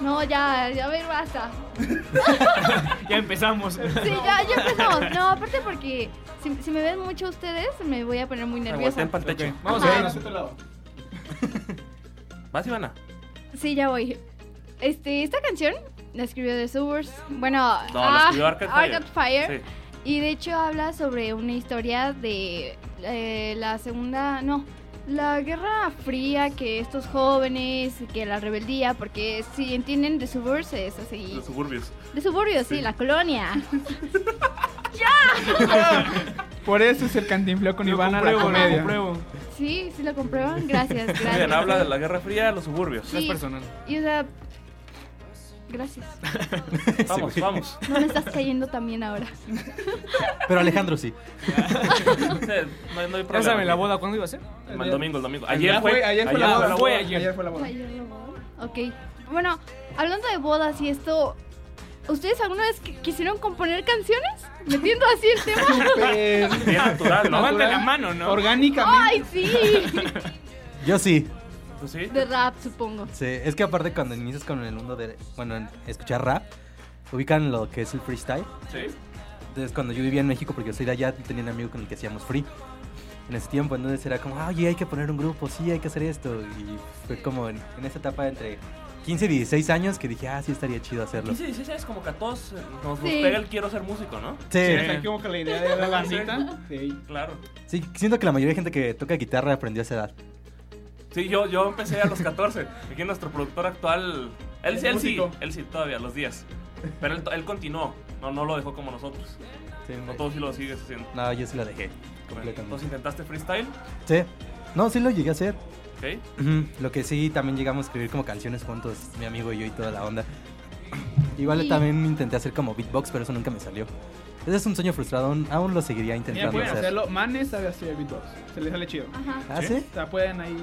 Speaker 10: No, ya, ya, a ver, basta.
Speaker 6: Ya empezamos.
Speaker 10: Sí, ya, ya empezamos. No, aparte porque si, si me ven mucho ustedes, me voy a poner muy nerviosa.
Speaker 4: Volteen para el techo.
Speaker 5: Vamos a ver. lado.
Speaker 4: ¿Vas, Ivana?
Speaker 10: Sí, ya voy. Este, esta canción la escribió The Suburbs. Bueno,
Speaker 4: No, la
Speaker 10: ah,
Speaker 4: escribió Arcade Fire.
Speaker 10: Arcade Fire.
Speaker 4: Sí.
Speaker 10: Y de hecho habla sobre una historia de eh, la segunda, no, la guerra fría que estos jóvenes, que la rebeldía, porque si entienden de suburbs es así.
Speaker 4: Los suburbios.
Speaker 10: De suburbios, sí, la colonia.
Speaker 5: Por eso es el cantinfleo con
Speaker 6: Lo
Speaker 5: Ivana la
Speaker 6: compruebo, lo
Speaker 5: comedia.
Speaker 6: compruebo.
Speaker 10: Sí, sí lo comprueban. Gracias, gracias.
Speaker 4: Bien, habla de la Guerra Fría, los suburbios.
Speaker 6: No es
Speaker 10: Sí.
Speaker 6: personal.
Speaker 10: Y o sea, gracias.
Speaker 4: Vamos, vamos.
Speaker 10: No me estás cayendo también ahora.
Speaker 7: Pero Alejandro sí.
Speaker 4: Sí, No hay, no hay
Speaker 6: Ya saben, la
Speaker 4: problema.
Speaker 6: boda, ¿cuándo iba a ser?
Speaker 4: El domingo, el domingo.
Speaker 5: Ya
Speaker 4: Ayer fue.
Speaker 5: ayer fue
Speaker 6: ayer
Speaker 5: la boda.
Speaker 6: fue
Speaker 5: Fue
Speaker 6: ayer.
Speaker 5: Ayer fue la boda.
Speaker 10: Ok. Bueno, hablando de bodas y esto, ¿ustedes alguna vez qui- quisieron componer canciones? Metiendo así el tema.
Speaker 4: Bien natural, ¿no?
Speaker 6: Levante
Speaker 5: Natural.
Speaker 6: la mano, ¿no?
Speaker 5: Orgánicamente.
Speaker 10: ¡Ay, sí!
Speaker 7: Yo sí.
Speaker 4: Pues sí.
Speaker 10: De rap, supongo.
Speaker 7: Sí, es que aparte cuando inicias con el mundo de, bueno, en escuchar rap, ubican lo que es el freestyle.
Speaker 4: Sí.
Speaker 7: Entonces cuando yo vivía en México, porque yo soy de allá, tenía un amigo con el que hacíamos free. En ese tiempo, entonces era como, "Ah, oye, hay que poner un grupo, sí, hay que hacer esto. Y fue como en, en esa etapa entre 15 y 16 años que dije, ah, sí, estaría chido hacerlo.
Speaker 4: 15, 16 es como 14. eh, Nos, nos
Speaker 10: Sí.
Speaker 4: pega el quiero ser músico, ¿no?
Speaker 7: Sí,
Speaker 5: Está aquí como que la idea de la bandita. Sí.
Speaker 4: Claro.
Speaker 7: sí, siento que la mayoría de gente que toca guitarra aprendió a esa edad.
Speaker 4: Sí, yo, yo empecé a los 14. Aquí nuestro productor actual. Él sí, él sí. Él sí, todavía, los días. Pero él, él continuó. No, no lo dejó como nosotros.
Speaker 7: Sí,
Speaker 4: No todos sí lo sigues haciendo.
Speaker 7: no, yo sí la dejé
Speaker 4: Entonces
Speaker 7: completamente.
Speaker 4: intentaste freestyle.
Speaker 7: Sí, no, sí lo llegué a hacer.
Speaker 4: Ok.
Speaker 7: Ujú, Lo que sí, también llegamos a escribir como canciones juntos, mi amigo y yo y toda la onda. Igual
Speaker 10: Y-
Speaker 7: también intenté hacer como beatbox, pero eso nunca me salió. Ese es un sueño frustrado, aún, aún lo seguiría
Speaker 5: Mira,
Speaker 7: intentando
Speaker 5: pueden
Speaker 7: hacer.
Speaker 5: hacerlo. Manes sabe hacer beatbox. Se les sale chido.
Speaker 10: Ajá.
Speaker 7: ¿Ah, sí?
Speaker 5: O sea, pueden ahí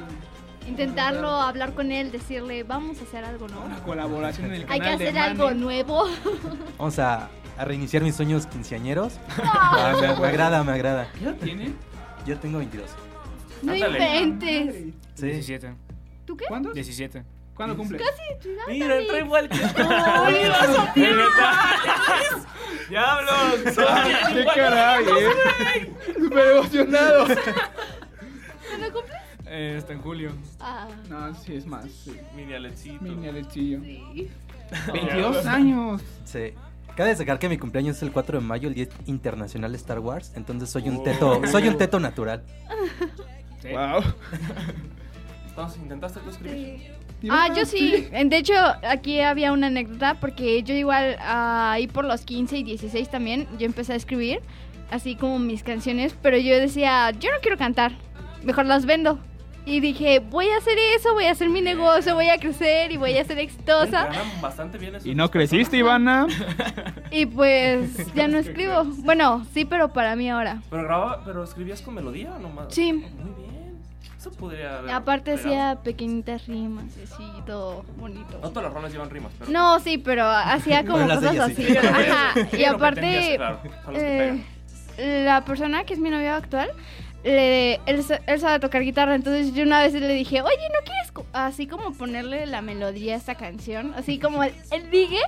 Speaker 10: Intentarlo, hablar con él, decirle, vamos a hacer algo nuevo.
Speaker 5: una colaboración en el
Speaker 10: Hay
Speaker 5: canal
Speaker 10: que hacer
Speaker 5: de
Speaker 10: algo
Speaker 5: Manes.
Speaker 10: nuevo.
Speaker 7: Vamos a, a reiniciar mis sueños quinceañeros. Ah, me, me agrada, me agrada.
Speaker 5: ¿Ya tiene?
Speaker 7: Yo tengo 22.
Speaker 10: No
Speaker 4: Ándale.
Speaker 10: inventes.
Speaker 7: Sí.
Speaker 6: 17.
Speaker 10: ¿Tú qué?
Speaker 5: ¿Cuándo?
Speaker 6: 17.
Speaker 5: ¿Cuándo cumple?
Speaker 4: Mira, entra igual que tú.
Speaker 6: ¡Diablos!
Speaker 5: ¡Qué caray! eh! ¡Súper emocionado!
Speaker 10: ¿No cumples?
Speaker 6: Eh, está en julio.
Speaker 10: Ah,
Speaker 5: No, sí, es más. Sí.
Speaker 4: Mini Alexito.
Speaker 5: Mini Alexillo.
Speaker 10: sí.
Speaker 5: 22 años.
Speaker 7: Sí. Cabe destacar que mi cumpleaños es el 4 de mayo, el Día Internacional de Star Wars, entonces soy un
Speaker 4: Oh.
Speaker 7: teto, soy un teto natural.
Speaker 6: Sí.
Speaker 5: Wow.
Speaker 4: Entonces intentaste tú escribir.
Speaker 10: Ah, yo sí. En- De hecho, aquí había una anécdota porque yo igual ah, ahí por los 15 y 16 también, yo empecé a escribir así como mis canciones, pero yo decía, yo no quiero cantar, mejor las vendo. Y dije, voy a hacer eso, voy a hacer mi negocio, voy a crecer y voy a ser exitosa.
Speaker 4: Ganan bastante bien eso.
Speaker 5: Y no creciste, Ivana.
Speaker 10: Y pues ya no escribo. Bueno, sí, pero para mí ahora.
Speaker 4: Pero grababa, pero escribías con melodía o nomás.
Speaker 10: Sí.
Speaker 4: Muy bien. Eso podría haber
Speaker 10: Aparte
Speaker 4: pegado.
Speaker 10: hacía pequeñitas rimas, así todo bonito.
Speaker 4: No todas las rolas llevan rimas, pero.
Speaker 10: No, sí, pero hacía como
Speaker 7: las de
Speaker 10: cosas
Speaker 7: ella sí.
Speaker 10: así. Ajá. Y
Speaker 6: Era lo que
Speaker 4: Ya sé,
Speaker 10: aparte,
Speaker 4: claro. Son las que
Speaker 10: eh,
Speaker 4: pegan.
Speaker 10: la persona que es mi novio actual, le- él, sa- él sabe tocar guitarra, entonces yo una vez le dije, oye, ¿no quieres co- así como ponerle la melodía a esta canción? Así como el, el ligue.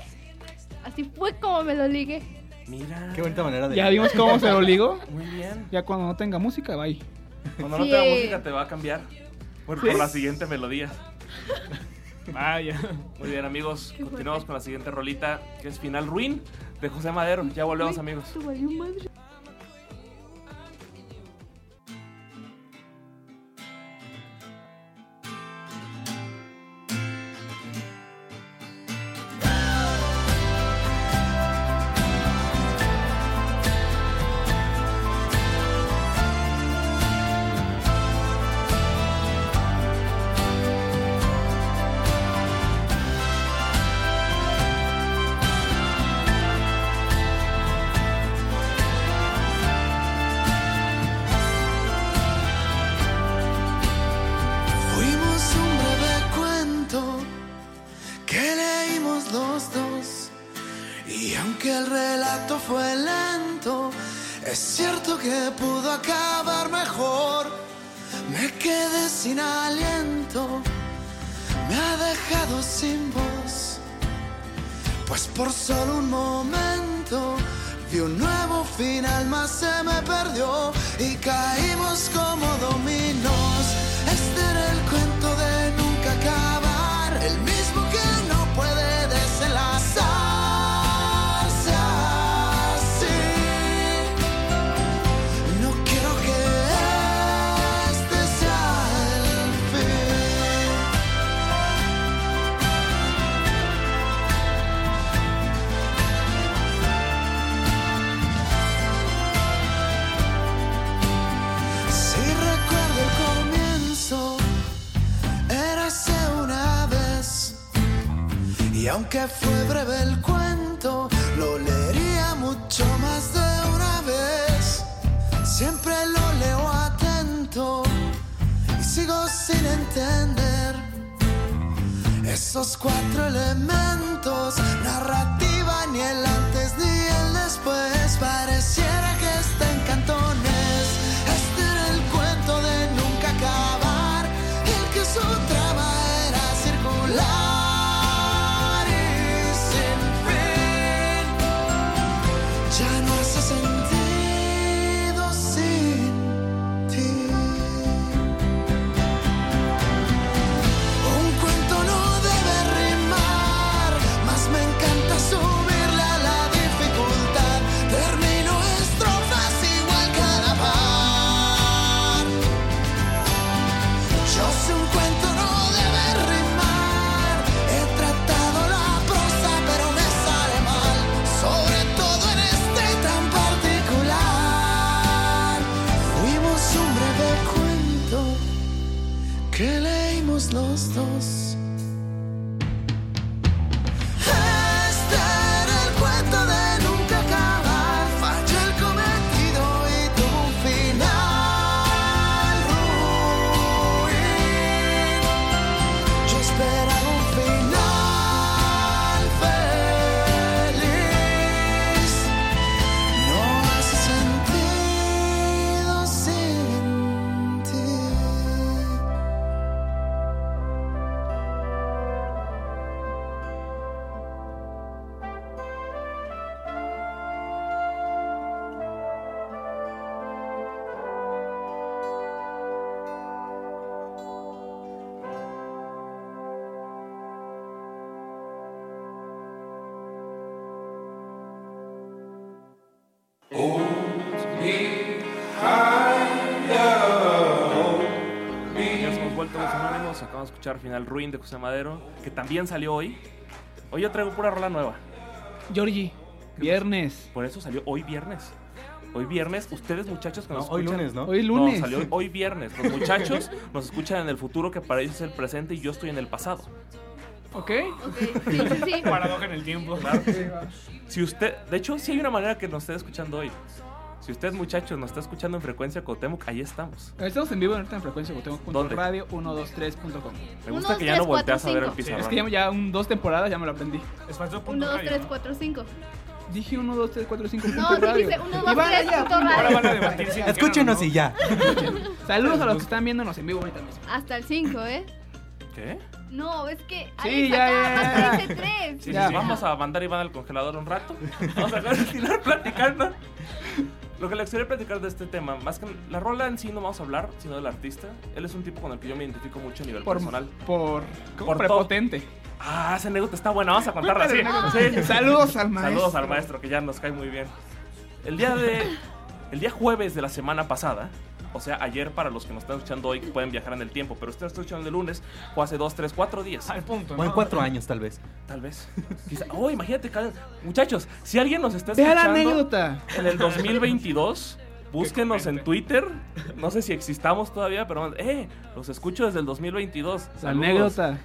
Speaker 10: Así fue como me lo ligue.
Speaker 4: Mira.
Speaker 7: Qué bonita manera de...
Speaker 5: Ya vimos cómo se lo ligo.
Speaker 4: Muy bien.
Speaker 5: Ya cuando no tenga música, bye.
Speaker 4: Cuando no
Speaker 10: Sí,
Speaker 4: te da
Speaker 10: eh.
Speaker 4: música te va a cambiar. Por, por la siguiente melodía.
Speaker 6: Vaya.
Speaker 4: Muy bien, amigos. Continuamos con la siguiente rolita, que es Final Ruin de José Madero. Ya volvemos, amigos.
Speaker 10: Esto valió madre.
Speaker 9: Thank Es cierto que pudo acabar mejor, me quedé sin aliento, me ha dejado sin voz, pues por solo un momento vi un nuevo final, más se me perdió y caímos como dominos. Este era el cuento de nunca acabar, el mismo que no puede desenlazarse así. No quiero que este sea el fin. Si recuerdo el comienzo, érase una vez. Y aunque fue breve el cuento, lo leería mucho más de una vez. Siempre lo leo atento y sigo sin entender esos cuatro elementos, narrativa ni el antes ni el después, pareciera que está en cantones. Este era el cuento de nunca acabar, el que su trama era circular y sin fin ya no hace sentido sin ti. Un cuento no debe rimar, mas me encanta subirle a la dificultad. Termino estrofas igual cada par. Yo sé un cuento no debe rimar. He tratado la prosa, pero me sale mal. Sobre todo en este tan particular. Fuimos un breve cuento que leímos los dos. Este era el cuento de nunca acabar. Fallé el cometido y tuvo un final ruin. Yo esperaba un final feliz. No hace sentido sin ti.
Speaker 4: Ya hemos vuelto los anónimos, acabamos de escuchar Final Ruin de José Madero, que también salió hoy. Hoy yo traigo pura rola nueva.
Speaker 5: Georgie, viernes.
Speaker 4: Por eso salió hoy viernes. Hoy viernes, ustedes muchachos que
Speaker 7: No,
Speaker 4: nos
Speaker 7: hoy
Speaker 4: escuchan-
Speaker 7: lunes, ¿no?
Speaker 5: Hoy
Speaker 4: No,
Speaker 5: lunes.
Speaker 4: salió hoy viernes. Los muchachos nos escuchan en el futuro, que para ellos es el presente y yo estoy en el pasado.
Speaker 5: ¿Ok?
Speaker 10: Ok, sí, sí, sí.
Speaker 6: Paradoja en el tiempo.
Speaker 4: Si usted, de hecho, sí hay una manera que nos esté escuchando hoy. Si usted, muchachos, nos está escuchando en frecuencia Cotemoc, ahí estamos.
Speaker 5: Estamos en vivo ahorita en frecuencia
Speaker 4: ¿Dónde?
Speaker 5: radio 123com
Speaker 4: Me gusta
Speaker 10: Uno,
Speaker 4: que ya
Speaker 10: tres,
Speaker 4: no volteas
Speaker 10: cuatro,
Speaker 4: a ver el
Speaker 10: cinco.
Speaker 4: pizarrón.
Speaker 5: Es que ya, ya un, dos temporadas ya me lo aprendí.
Speaker 6: Es falso punto
Speaker 10: 1, 2,
Speaker 6: radio,
Speaker 10: 3,
Speaker 6: ¿no?
Speaker 10: 4, 5.
Speaker 5: Dije 1, 2, 3, 4, 5.
Speaker 10: No, sí dice 1, 2, 3, punto
Speaker 6: Ahora
Speaker 10: radio.
Speaker 6: van a debatir si
Speaker 7: Escúchenos y ya.
Speaker 5: Saludos a los que están viéndonos en vivo ahorita mismo.
Speaker 10: Hasta el 5, ¿eh?
Speaker 4: ¿Qué?
Speaker 10: No, es que.
Speaker 5: Sí,
Speaker 10: Alex,
Speaker 5: ya,
Speaker 10: acá
Speaker 5: ya,
Speaker 10: abajo
Speaker 5: ya.
Speaker 10: dice 3.
Speaker 4: Sí,
Speaker 5: Ya.
Speaker 4: sí, Vamos a mandar a Iván al congelador un rato. Vamos a continuar platicando. Lo que les quería platicar de este tema, más que la rola en sí no vamos a hablar, sino del artista. Él es un tipo con el que yo me identifico mucho a nivel
Speaker 5: Por,
Speaker 4: personal.
Speaker 5: por, ¿cómo?
Speaker 4: Por
Speaker 5: prepotente.
Speaker 4: Ah, esa anécdota está buena, vamos a contarla así.
Speaker 10: Cuéntale,
Speaker 4: Sí.
Speaker 5: Saludos al maestro.
Speaker 4: Saludos al maestro que ya nos cae muy bien. El día de el día jueves de la semana pasada, o sea, ayer para los que nos están escuchando hoy que pueden viajar en el tiempo, pero ustedes están escuchando el lunes o hace dos, tres, cuatro días,
Speaker 6: Al punto.
Speaker 7: O en
Speaker 6: ¿no?
Speaker 7: cuatro años, tal vez.
Speaker 4: tal vez. Quizá- oh, imagínate, cada- muchachos, si alguien nos está
Speaker 5: Vea la
Speaker 4: escuchando
Speaker 5: anécdota.
Speaker 4: en el 2022, búsquenos en
Speaker 6: comente.
Speaker 4: Twitter, no sé si existamos todavía, pero eh, los escucho desde el 2022.
Speaker 5: La
Speaker 4: Saludos.
Speaker 5: anécdota.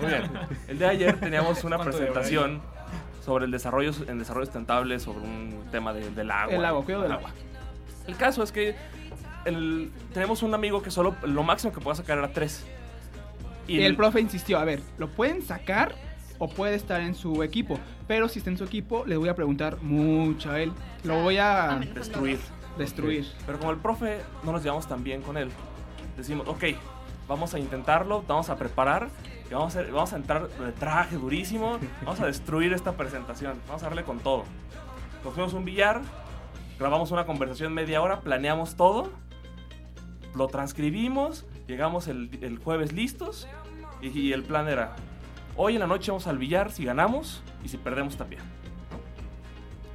Speaker 4: Muy bien. El día de ayer teníamos una
Speaker 6: ¿Cuánto de hora
Speaker 4: presentación sobre el desarrollo, el desarrollo sustentable, sobre un tema de- del agua.
Speaker 5: El agua, cuidado del agua.
Speaker 4: El caso es que el- tenemos un amigo que solo lo máximo que puede sacar era tres.
Speaker 5: Y el profe insistió, a ver, ¿lo pueden sacar o puede estar en su
Speaker 4: ah,
Speaker 5: equipo? Pero si está en su equipo, le voy a preguntar mucho a él. Lo voy a...
Speaker 10: Amén.
Speaker 4: destruir.
Speaker 5: destruir.
Speaker 4: Pero como el profe no nos llevamos tan bien con él, decimos, ok, vamos a intentarlo, vamos a preparar, y vamos a, hacer- vamos a entrar de traje durísimo, vamos a destruir esta presentación, vamos a darle con todo. Nos fuimos a un billar, grabamos una conversación media hora, planeamos todo, lo transcribimos, llegamos el, el jueves listos, y, y el plan era, hoy en la noche vamos al billar si ganamos y si perdemos también.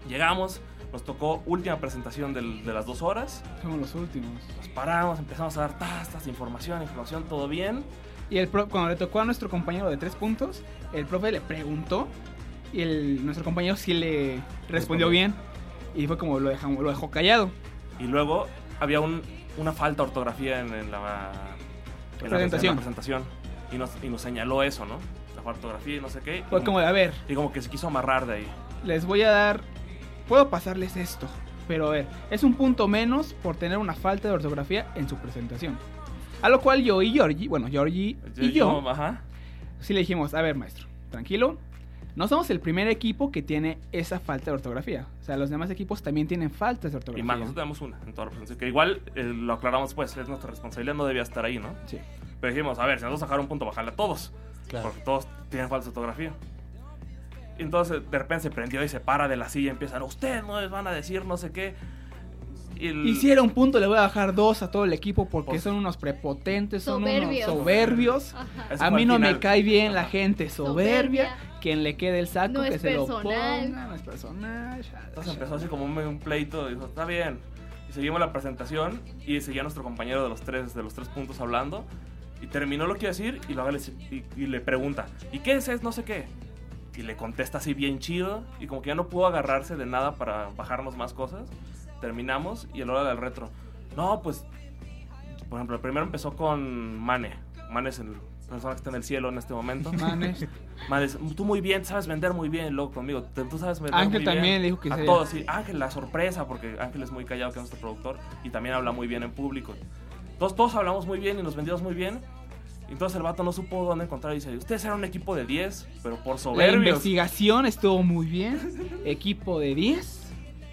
Speaker 4: Llegamos, nos tocó última presentación del- de las dos horas,
Speaker 5: Somos los últimos.
Speaker 4: nos paramos, empezamos a dar tastas, información, información, todo bien.
Speaker 5: Y el pro- cuando le tocó a nuestro compañero de tres puntos, el profe le preguntó y el, nuestro compañero sí le respondió bien. Y fue como lo, dejamos, lo dejó callado.
Speaker 4: Y luego había un- una falta de ortografía en, en la, en la- en la
Speaker 5: Presentación.
Speaker 4: presentación. Y nos, y nos señaló eso, ¿no? La falta de ortografía y no sé qué.
Speaker 5: Fue
Speaker 4: y,
Speaker 5: como de, a ver,
Speaker 4: y como que se quiso amarrar de ahí.
Speaker 5: les voy a dar... Puedo pasarles esto. Pero a ver, es un punto menos por tener una falta de ortografía en su presentación. A lo cual yo y Georgie, bueno, Georgie y yo,
Speaker 4: ajá.
Speaker 5: sí le dijimos, a ver maestro, tranquilo, no somos el primer equipo que tiene esa falta de ortografía. O sea, los demás equipos también tienen faltas de
Speaker 4: Y
Speaker 5: ortografía.
Speaker 4: más, nosotros tenemos una en toda la presentación. Que igual eh, lo aclaramos pues, es nuestra responsabilidad, no debía estar ahí, ¿no?
Speaker 5: Sí.
Speaker 4: Pero dijimos, a ver, si nos vamos a bajar un punto, bajarle a todos.
Speaker 7: Claro.
Speaker 4: Porque todos tienen falsa ortografía. Y entonces de repente se prendió y se para de la silla y empiezan, ustedes no les van a decir no sé qué. Y el-
Speaker 5: Y si era un punto, le voy a bajar dos a todo el equipo porque
Speaker 4: Pues-
Speaker 5: son unos prepotentes, son
Speaker 10: Soberbios.
Speaker 5: unos soberbios.
Speaker 10: Ajá.
Speaker 4: Eso
Speaker 5: A
Speaker 4: fue
Speaker 5: mí
Speaker 4: al
Speaker 5: no me
Speaker 4: final.
Speaker 5: cae bien la
Speaker 4: Ajá.
Speaker 5: gente soberbia.
Speaker 10: Soberbia.
Speaker 5: Quien le quede el saco,
Speaker 10: No
Speaker 5: que
Speaker 10: es
Speaker 5: se lo
Speaker 10: personal.
Speaker 5: ponga. No es personal. ya,
Speaker 4: Entonces
Speaker 5: ya.
Speaker 4: empezó así como un, un pleito, dijo, está bien. Y seguimos la presentación y seguía nuestro compañero de los tres, de los tres puntos hablando. Y terminó lo que iba a decir y, luego le, y, y le pregunta, ¿y qué es, es no sé qué? Y le contesta así bien chido y como que ya no pudo agarrarse de nada para bajarnos más cosas. Terminamos y a la hora del retro, no, pues, por ejemplo, el primero empezó con Mane. Mane es el persona que está en el cielo en este momento.
Speaker 5: Manes.
Speaker 4: Madres, tú muy bien, tú sabes vender muy bien, loco, conmigo. Te- Tú sabes vender
Speaker 5: Ángel
Speaker 4: muy bien.
Speaker 5: también le dijo que
Speaker 4: A
Speaker 5: sí.
Speaker 4: todos, sí. Ángel, la sorpresa, porque Ángel es muy callado, que es nuestro productor, y también habla muy bien en público. Entonces, todos hablamos muy bien y nos vendimos muy bien. Entonces, el vato no supo dónde encontrar y dice: Ustedes eran un equipo de 10, pero por
Speaker 5: La
Speaker 4: soberbios.
Speaker 5: investigación estuvo muy bien. Equipo de 10.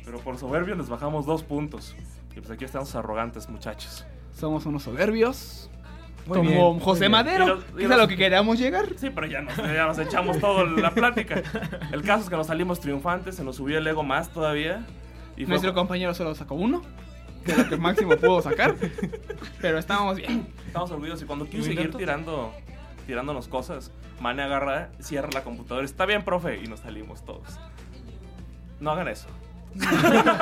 Speaker 4: Pero por soberbios les bajamos dos puntos. Y pues aquí estamos arrogantes, muchachos.
Speaker 5: Somos unos soberbios.
Speaker 7: Muy
Speaker 5: como
Speaker 7: bien,
Speaker 5: José
Speaker 7: muy bien.
Speaker 5: Madero.
Speaker 4: Y los- y
Speaker 5: que es a
Speaker 4: los-
Speaker 5: lo que queríamos llegar.
Speaker 4: Sí, pero ya nos, ya nos echamos toda la plática. El caso es que nos salimos triunfantes, se nos subió el ego más todavía. Y fue-
Speaker 5: Nuestro compañero solo sacó uno. Que es lo que máximo pudo sacar. Pero estábamos bien.
Speaker 4: Estamos orgullosos y cuando quiso seguir tirando, tirándonos cosas, Mane agarra, cierra la computadora, está bien, profe, y nos salimos todos. No hagan eso.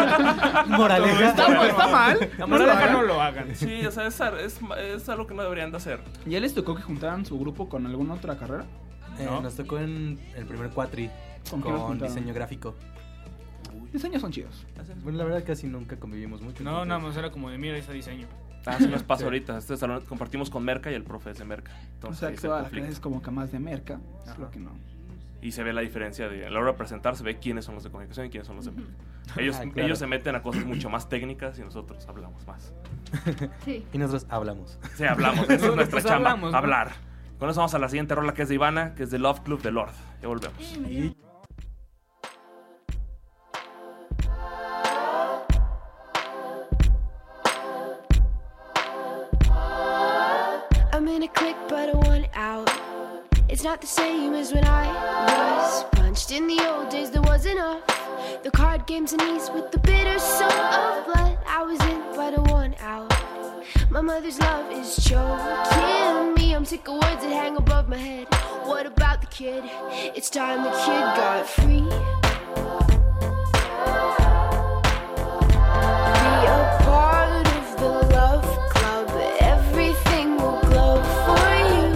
Speaker 7: Moraleja.
Speaker 5: Está, está mal.
Speaker 6: La
Speaker 5: No lo
Speaker 6: moraleja
Speaker 5: hagan.
Speaker 6: no lo hagan.
Speaker 4: Sí, o sea, es, es, es algo que no deberían de hacer.
Speaker 5: ¿Ya les tocó que juntaran su grupo con alguna otra carrera?
Speaker 7: Eh,
Speaker 6: ¿No?
Speaker 7: Nos tocó en el primer cuatri
Speaker 5: ¿Con
Speaker 7: con,
Speaker 5: qué nos juntaron?
Speaker 7: diseño gráfico.
Speaker 5: Diseños son chidos.
Speaker 7: Bueno, la verdad casi nunca convivimos mucho.
Speaker 6: No,
Speaker 7: entonces-
Speaker 6: nada más era como de mira ese diseño.
Speaker 4: Ah, sí nos pasa ahorita. Este salón compartimos con Merca y el profe es de Merca.
Speaker 5: O
Speaker 4: Entonces,
Speaker 5: sea,
Speaker 4: ahí
Speaker 5: que
Speaker 4: se
Speaker 5: toda la
Speaker 4: conflicta.
Speaker 5: clase es como que más de merca. Es lo que no.
Speaker 4: Y se ve la diferencia de a la hora de presentar, se ve quiénes son los de comunicación y quiénes son los de Merca. Ellos,
Speaker 7: Ah, claro.
Speaker 4: ellos se meten a cosas mucho más técnicas y nosotros hablamos más.
Speaker 10: Sí.
Speaker 7: Y nosotros hablamos.
Speaker 4: Sí, hablamos. Esa es
Speaker 6: Nosotros
Speaker 4: nuestra chamba.
Speaker 6: hablamos, ¿no?
Speaker 4: Hablar. Con eso vamos a la siguiente rola que es de Ivana, que es de Love Club de Lord. Ya volvemos.
Speaker 7: Y
Speaker 11: I'm in a clique, but I want out. It's not the same as when I was punched in the old days. There wasn't enough. The card games and ease with the bitter soul of blood. I was in, but I want out. My mother's love is choking me. I'm sick of words that hang above my head. What about the kid? It's time the kid got free. be a part of the love club. Everything will glow for you.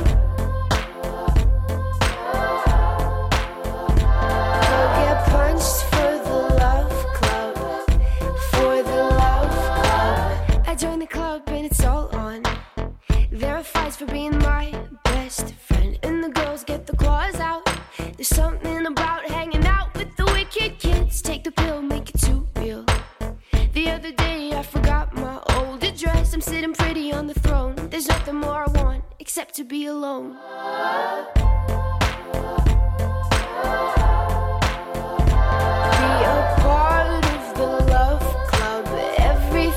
Speaker 11: Go get punched for the love club. For the love club. I joined the club and it's all on. There are fights for being my best friend. And the girls get the claws out. There's something about hanging out with the wicked kids. Take the pill, make it too real. The other day I forgot my old address. I'm sitting pretty on the throne. There's nothing more I want except to be alone. Be a part of the love club. Every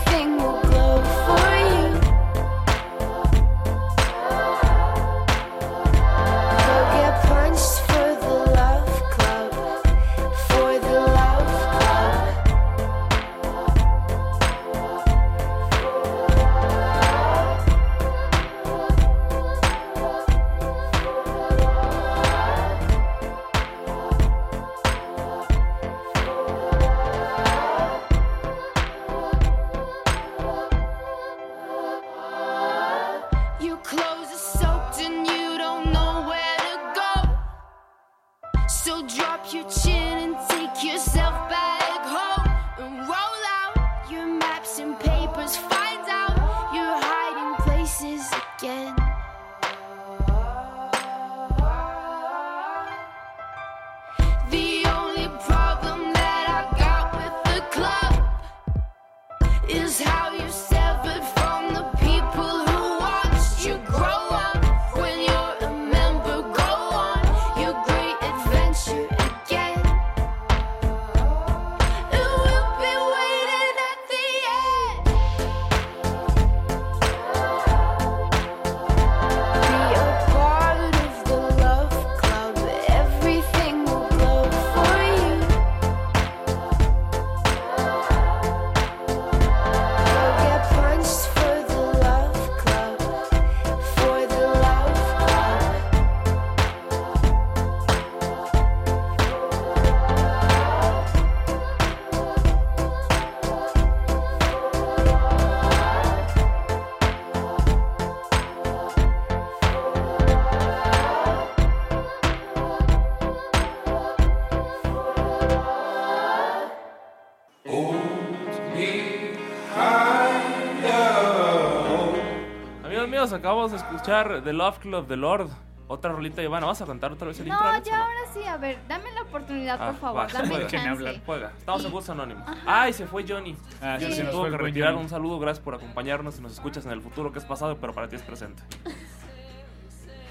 Speaker 4: amigos, acabamos de escuchar The Love Club de Lord. Otra rolita, Ivana. ¿Vas a cantar otra vez el intro?
Speaker 10: No,
Speaker 4: Alex, o
Speaker 10: ya ahora sí, a ver, dame la oportunidad,
Speaker 4: Ah,
Speaker 10: por favor,
Speaker 4: va,
Speaker 10: dame
Speaker 4: juega.
Speaker 10: chance.
Speaker 4: Juega. Estamos en Gusto Anónimo. Ay, se fue Johnny.
Speaker 6: Ah,
Speaker 4: Se
Speaker 6: sí, se nos
Speaker 4: tuvo
Speaker 6: fue
Speaker 4: que
Speaker 6: el buen
Speaker 4: retirar.
Speaker 6: Johnny.
Speaker 4: Un saludo, gracias por acompañarnos y nos escuchas en el futuro que es pasado, pero para ti es presente.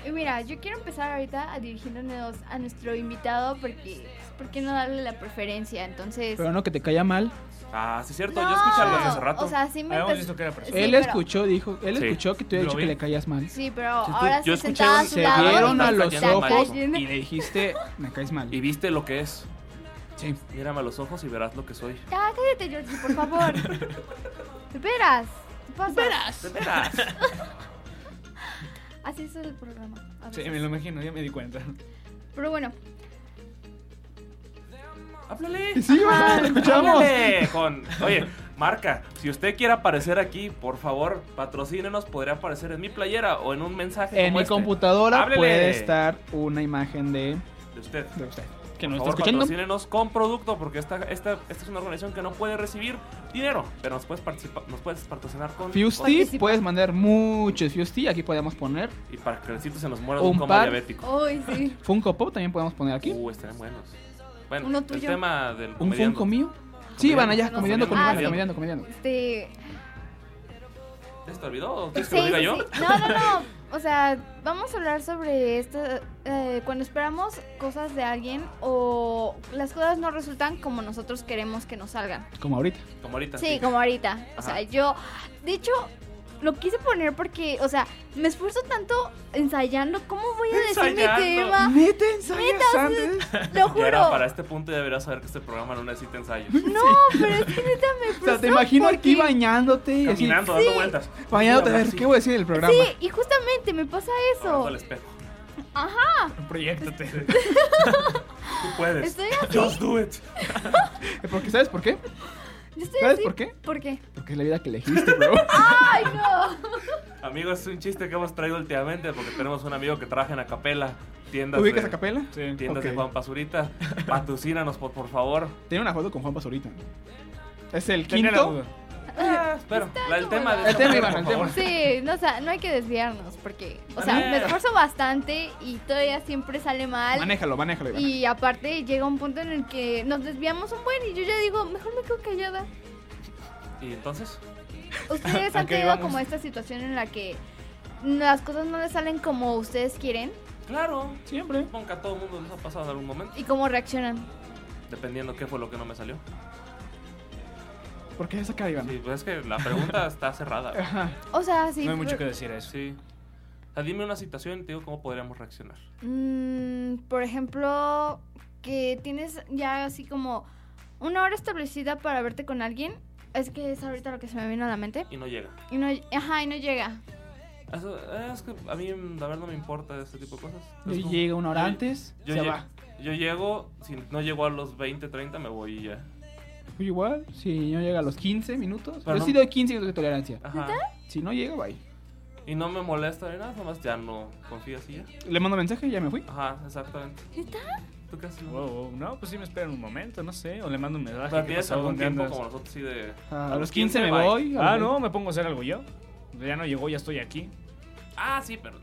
Speaker 10: Y mira, yo quiero empezar ahorita a dirigiéndonos a nuestro invitado porque, pues, ¿por qué no darle la preferencia? Entonces,
Speaker 5: Pero no que te calla mal.
Speaker 4: Ah, sí es cierto,
Speaker 10: No,
Speaker 4: yo escuché algo hace rato.
Speaker 10: o sea, sí me
Speaker 6: Habíamos
Speaker 10: empezó-
Speaker 6: visto que era persona.
Speaker 10: Sí,
Speaker 5: él
Speaker 10: pero-
Speaker 5: escuchó, dijo, él
Speaker 4: Sí.
Speaker 5: escuchó que
Speaker 6: Lo
Speaker 5: tú habías dicho
Speaker 6: vi.
Speaker 5: que le callas mal.
Speaker 10: Sí, pero
Speaker 4: Sí, tú-
Speaker 10: ahora
Speaker 4: yo
Speaker 10: sí
Speaker 4: escuché
Speaker 10: sentaba a
Speaker 4: un-
Speaker 10: su
Speaker 5: Se
Speaker 10: lado y
Speaker 5: vieron
Speaker 10: me
Speaker 5: a
Speaker 10: está
Speaker 5: los
Speaker 4: cayendo mal.
Speaker 5: ojos
Speaker 10: cayendo-
Speaker 5: y le dijiste, me caes mal.
Speaker 4: Y viste lo que es.
Speaker 5: Sí.
Speaker 4: Mírame a los ojos y verás lo que soy.
Speaker 10: Ya, cállate, Georgie, por favor. ¿Te esperas? ¿Qué pasa?
Speaker 4: ¿De veras?
Speaker 10: Así es el programa. a
Speaker 6: Sí,
Speaker 10: veces.
Speaker 6: me lo imagino, ya me di cuenta.
Speaker 10: Pero bueno,
Speaker 4: ¡Háblale!
Speaker 5: Sí, bueno, lo escuchamos.
Speaker 4: ¡Háblale! Ah, Con, oye, marca, si usted quiere aparecer aquí, por favor, patrocínenos. Podría aparecer en mi playera o en un mensaje
Speaker 5: En
Speaker 4: como
Speaker 5: mi
Speaker 4: este.
Speaker 5: computadora
Speaker 4: Háblele.
Speaker 5: puede estar una imagen de,
Speaker 4: De usted.
Speaker 5: de usted. Que
Speaker 4: Por
Speaker 5: nos está
Speaker 4: favor,
Speaker 5: escuchando.
Speaker 4: patrocínenos con producto, porque esta, esta, esta es una organización que no puede recibir dinero, pero nos puedes, participa- nos puedes patrocinar con...
Speaker 5: Fusty,
Speaker 10: Participa.
Speaker 5: puedes mandar muchos Fusty. Aquí podemos poner
Speaker 4: Y para que Rencito se nos muera
Speaker 5: Un
Speaker 4: un, coma
Speaker 5: par.
Speaker 4: diabético.
Speaker 10: hoy sí.
Speaker 5: Funko Pop. También podemos poner aquí.
Speaker 4: Uh, estarían buenos. Bueno,
Speaker 10: Uno
Speaker 4: el
Speaker 10: tuyo.
Speaker 4: tema del
Speaker 5: ¿Un
Speaker 4: comediante.
Speaker 5: Funko mío? Sí, van allá,
Speaker 10: No,
Speaker 5: comediando,
Speaker 10: no,
Speaker 5: con
Speaker 10: no,
Speaker 5: Ivana,
Speaker 10: no.
Speaker 5: comediando, comediando.
Speaker 10: Este.
Speaker 4: ¿Te te olvidó? o ¿Quieres que
Speaker 10: sí,
Speaker 4: lo diga
Speaker 10: sí,
Speaker 4: yo?
Speaker 10: sí. No, no, no. O sea, vamos a hablar sobre esto. eh, cuando esperamos cosas de alguien o las cosas no resultan como nosotros queremos que nos salgan.
Speaker 5: Como ahorita.
Speaker 4: Como ahorita.
Speaker 10: Sí, como ahorita. O
Speaker 4: Ajá.
Speaker 10: sea, yo, de hecho, lo quise poner porque, o sea, me esfuerzo tanto ensayando. ¿Cómo voy a decir mi
Speaker 4: Ensayando.
Speaker 10: tema?
Speaker 5: Neta,
Speaker 10: Lo
Speaker 4: Ya era, para
Speaker 10: juro.
Speaker 4: este punto ya deberías saber que este programa no necesita ensayos.
Speaker 10: No, pero es que neta me
Speaker 5: O
Speaker 10: frustró.
Speaker 5: sea, te imagino aquí
Speaker 10: porque-
Speaker 5: bañándote y así.
Speaker 4: Caminando, dando vueltas.
Speaker 5: Bañándote a ver,
Speaker 4: Así,
Speaker 5: ¿qué voy a decir del programa?
Speaker 10: Sí, y justamente me pasa
Speaker 4: hablando
Speaker 10: eso.
Speaker 4: al espejo.
Speaker 6: Proyectate.
Speaker 4: Tú puedes.
Speaker 10: Estoy así.
Speaker 4: Just do it.
Speaker 5: Porque, ¿Sabes por qué?
Speaker 10: Yo estoy
Speaker 5: ¿Sabes
Speaker 10: así.
Speaker 5: por qué?
Speaker 10: ¿Por qué?
Speaker 5: Porque es la vida que elegiste, bro.
Speaker 10: ¡Ay, no!
Speaker 4: Amigos, es un chiste que hemos traído últimamente porque tenemos un amigo que trabaja en Acapela, tiendas
Speaker 5: ¿Ubicas
Speaker 4: de,
Speaker 5: a Capela?
Speaker 6: Sí.
Speaker 4: tiendas de
Speaker 5: Ok.
Speaker 4: Juan Pazurita. Patrocínanos, por, por favor.
Speaker 5: Tiene una foto con Juan Pazurita. Es el
Speaker 6: Tenía la
Speaker 5: quinto.
Speaker 6: duda.
Speaker 4: Espero. la- el tema de
Speaker 10: El
Speaker 4: esta
Speaker 5: tema,
Speaker 4: mujer,
Speaker 5: Iván,
Speaker 4: por
Speaker 5: el tema.
Speaker 4: favor.
Speaker 10: Sí, no, o sea, no hay que desviarnos porque, o sea,
Speaker 4: Manera.
Speaker 10: me esfuerzo bastante y todavía siempre sale mal.
Speaker 5: Manéjalo, manéjalo, Iván.
Speaker 10: Y aparte llega un punto en el que nos desviamos un buen y yo ya digo, mejor me quedo callada.
Speaker 5: Ah,
Speaker 4: Y entonces,
Speaker 10: ¿Ustedes
Speaker 6: ¿A
Speaker 10: han
Speaker 6: qué
Speaker 10: tenido
Speaker 6: íbamos?
Speaker 10: como esta situación en la que las cosas no les salen como ustedes quieren
Speaker 4: claro,
Speaker 5: Siempre.
Speaker 4: supongo que a todo el mundo les ha pasado en algún momento,
Speaker 10: y cómo reaccionan?
Speaker 4: dependiendo qué fue lo que no me salió.
Speaker 5: ¿Por qué esa cara, Iván?
Speaker 4: Sí, pues es que la pregunta está cerrada.
Speaker 5: Ajá.
Speaker 10: O sea, sí.
Speaker 6: No hay mucho que
Speaker 10: pero-
Speaker 6: decir a eso.
Speaker 4: Sí. O sea, dime una situación y te digo cómo podríamos reaccionar.
Speaker 10: Mm, por ejemplo, que tienes ya así como una hora establecida para verte con alguien. Es que es ahorita lo que se me vino a la mente.
Speaker 4: Y no llega.
Speaker 10: Y no, ajá, y no llega.
Speaker 4: Eso- eh, es que a mí, la verdad, no me importa este tipo de cosas. Es
Speaker 5: Yo
Speaker 4: como-
Speaker 5: llego una hora
Speaker 4: Yo-
Speaker 5: antes,
Speaker 4: Yo,
Speaker 5: se
Speaker 4: lle-
Speaker 5: va.
Speaker 4: yo llego, si no llego a los 20, 30, me voy y ya.
Speaker 5: Yo igual, si no llega a los 15 minutos.
Speaker 4: Pero
Speaker 5: yo
Speaker 4: no-
Speaker 5: sí doy 15 minutos de tolerancia.
Speaker 4: Ajá.
Speaker 5: Si no llega, bye.
Speaker 4: Y no me molesta ni nada, nomás ya no confías y ya.
Speaker 5: Le mando mensaje y ya me fui.
Speaker 4: Ajá, exactamente.
Speaker 10: ¿Neta?
Speaker 4: ¿Tú qué haces?
Speaker 6: Wow, wow. No, pues sí me esperan un momento, no sé. O le mando un mensaje.
Speaker 4: Pero
Speaker 6: ¿qué
Speaker 4: tienes
Speaker 6: pasó?
Speaker 4: algún
Speaker 6: ¿Dónde
Speaker 4: tiempo
Speaker 6: andas?
Speaker 4: como nosotros, sí, de.
Speaker 5: A los 15 me
Speaker 4: bye.
Speaker 5: voy. a
Speaker 6: Ah,
Speaker 5: los
Speaker 6: no, me pongo a hacer algo yo. Ya no llegó, ya estoy aquí.
Speaker 4: Ah, sí, pero. Eh.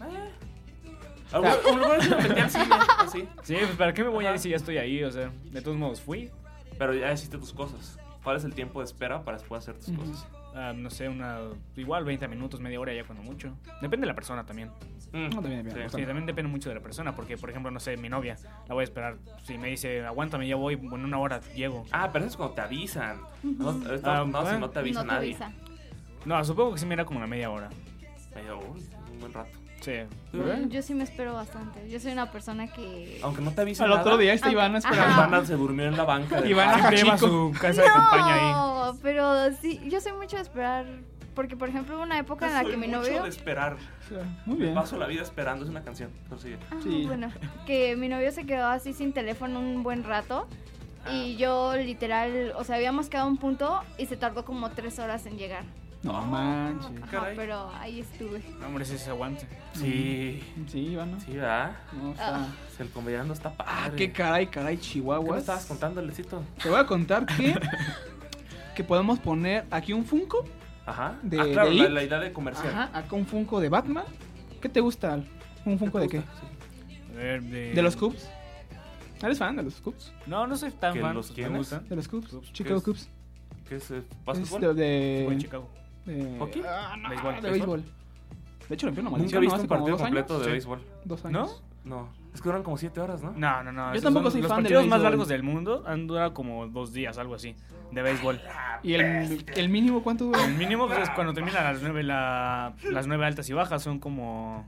Speaker 5: Ah.
Speaker 4: Algún- algún día me metí al cine, así.
Speaker 6: Sí, pues ¿para qué me voy a
Speaker 4: Ajá.
Speaker 6: ir si ya estoy ahí? O sea, de todos modos fui.
Speaker 4: Pero ya hiciste tus cosas. ¿Cuál es el tiempo de espera para después hacer tus
Speaker 5: Ujú.
Speaker 4: cosas?
Speaker 6: Ah, no sé, una. Igual 20 minutos, media hora ya cuando mucho. Depende de la persona también.
Speaker 4: Mm,
Speaker 5: No, también, también,
Speaker 4: sí.
Speaker 6: Sí, también depende mucho de la persona. Porque, por ejemplo, no sé, mi novia, la voy a esperar. Si me dice, aguántame, ya voy, en una hora llego.
Speaker 4: Ah, pero eso es cuando te avisan. No, esto-
Speaker 6: Ah,
Speaker 4: no, si
Speaker 6: bueno.
Speaker 4: no te avisa
Speaker 10: no te
Speaker 4: nadie.
Speaker 10: avisa.
Speaker 6: No, supongo que sí me era como una media hora.
Speaker 4: Me digo, uy, un buen rato.
Speaker 6: Sí.
Speaker 10: Mm, Yo sí me espero bastante. Yo soy una persona que.
Speaker 4: Aunque no te avisen.
Speaker 5: Al
Speaker 4: nada,
Speaker 5: otro día está Iván
Speaker 10: Ajá.
Speaker 5: esperando.
Speaker 4: Ivana se durmió en la banca. del
Speaker 5: Ivana
Speaker 4: parque.
Speaker 6: Siempre lleva
Speaker 5: chico.
Speaker 6: su casa de campaña ahí.
Speaker 10: No, pero sí, yo soy mucho de esperar. Porque, por ejemplo, hubo una época en la
Speaker 4: Soy
Speaker 10: que mi
Speaker 4: mucho
Speaker 10: novio.
Speaker 4: de esperar.
Speaker 5: Muy bien.
Speaker 4: Paso la vida esperando, es una canción. Pero sigue.
Speaker 10: Ah,
Speaker 5: Sí.
Speaker 10: bueno, que mi novio se quedó así sin teléfono un buen rato.
Speaker 4: Ah.
Speaker 10: Y yo, literal, o sea, habíamos quedado a un punto y se tardó como tres horas en llegar.
Speaker 5: No manches.
Speaker 10: Ajá,
Speaker 4: Ah, Caray.
Speaker 10: pero ahí estuve.
Speaker 6: No, hombre, sí se aguante.
Speaker 4: Sí,
Speaker 5: Sí, Iván. ¿no?
Speaker 4: sí, ¿verdad?
Speaker 5: No,
Speaker 10: Ah.
Speaker 5: está.
Speaker 4: Si El comediano está padre.
Speaker 5: Ah, qué caray, caray,
Speaker 4: ¿Qué me
Speaker 5: Chihuahuas.
Speaker 4: estabas contando, Lecito?
Speaker 5: Te voy a contar que, que podemos poner aquí un Funko
Speaker 4: Ajá.
Speaker 5: De-
Speaker 4: ah, claro,
Speaker 5: de
Speaker 4: la,
Speaker 5: It.
Speaker 4: la idea de comercial.
Speaker 5: Ajá, acá un Funko de Batman. ¿Qué te gusta? Al? ¿Un Funko de qué?
Speaker 6: A ver, de...
Speaker 5: ¿De los Cubs? ¿Eres fan de los Cubs?
Speaker 6: No, no soy tan
Speaker 4: ¿Que
Speaker 6: fan.
Speaker 4: los
Speaker 6: pues,
Speaker 4: quiénes?
Speaker 6: Me gustan.
Speaker 5: ¿De los Cubs?
Speaker 6: Cubs,
Speaker 5: Chicago
Speaker 4: ¿qué
Speaker 5: Cubs.
Speaker 4: ¿Qué es eh,
Speaker 5: Es
Speaker 4: básquetbol?
Speaker 5: de,
Speaker 6: Voy a
Speaker 5: de,
Speaker 6: Chicago.
Speaker 5: de-
Speaker 4: ¿Hockey?
Speaker 5: Ah, no,
Speaker 6: Béisbol.
Speaker 5: de
Speaker 6: Béisbol.
Speaker 5: béisbol. De hecho, le una
Speaker 4: Nunca he
Speaker 5: maldición. ¿no?
Speaker 4: visto
Speaker 5: Hace
Speaker 4: un
Speaker 5: como
Speaker 4: partido
Speaker 5: dos años.
Speaker 4: completo de
Speaker 6: Sí.
Speaker 4: béisbol.
Speaker 5: Dos
Speaker 6: ¿No?
Speaker 5: años.
Speaker 4: No. Es que duran como 7 horas, ¿no?
Speaker 6: No, no, no. esos
Speaker 5: tampoco
Speaker 6: son
Speaker 5: soy
Speaker 6: los
Speaker 5: fan del
Speaker 6: partidos más
Speaker 5: béisbol.
Speaker 6: largos del mundo han durado como dos días, algo así, de béisbol.
Speaker 5: ¿Y el, el mínimo cuánto dura?
Speaker 6: El mínimo pues, es cuando termina a las nueve, la- las nueve altas y bajas, son como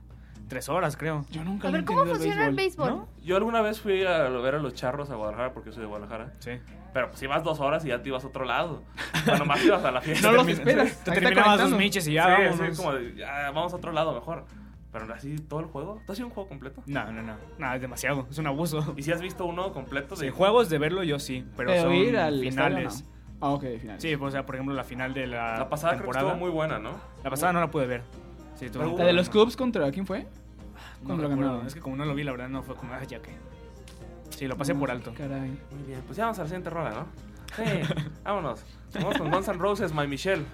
Speaker 6: tres horas, creo.
Speaker 5: Yo nunca
Speaker 10: A
Speaker 5: le
Speaker 10: ver,
Speaker 5: he
Speaker 10: ¿cómo
Speaker 5: entendido
Speaker 10: funciona el béisbol?
Speaker 6: ¿No?
Speaker 4: Yo alguna vez fui a ver a los charros a Guadalajara porque yo soy de Guadalajara.
Speaker 6: Sí.
Speaker 4: Pero pues ibas dos horas y ya te ibas a otro lado. Bueno, más ibas a la fiesta.
Speaker 5: No los
Speaker 4: Termina-
Speaker 5: esperas.
Speaker 6: Te
Speaker 5: Ahí está
Speaker 6: terminabas
Speaker 5: conectando.
Speaker 6: dos miches y
Speaker 4: Sí,
Speaker 6: ya
Speaker 4: sí,
Speaker 6: vámonos.
Speaker 4: como de, ya, vamos a otro lado mejor. Pero así todo el juego. ¿Tú has sido un juego completo?
Speaker 6: No, no, no. No, es demasiado. Es un abuso.
Speaker 4: ¿Y si has visto uno completo? De...
Speaker 6: Sí, juegos de verlo yo sí, pero,
Speaker 5: Pero
Speaker 6: son
Speaker 5: ir al
Speaker 6: finales.
Speaker 5: estadio, Ah, ok, finales.
Speaker 6: Sí, pues, o sea, por ejemplo, la final de la,
Speaker 4: La pasada creo que
Speaker 6: temporada.
Speaker 4: estuvo muy buena, ¿no?
Speaker 6: La pasada no la pude ver. Sí, tuve
Speaker 4: La
Speaker 6: un
Speaker 5: ¿La de los
Speaker 6: problema.
Speaker 5: Cubs contra quién fue?
Speaker 6: Ah, No
Speaker 5: ¿Cómo lo
Speaker 6: recuerdo.
Speaker 5: ganaron?
Speaker 6: Es que como no lo vi, la verdad no fue como, ah, ya que. Sí, lo pasé por alto.
Speaker 5: Caray.
Speaker 4: Muy bien. Pues ya vamos a la siguiente rola, ¿no? Sí, vámonos. Vamos con Guns N' Roses, My Michelle.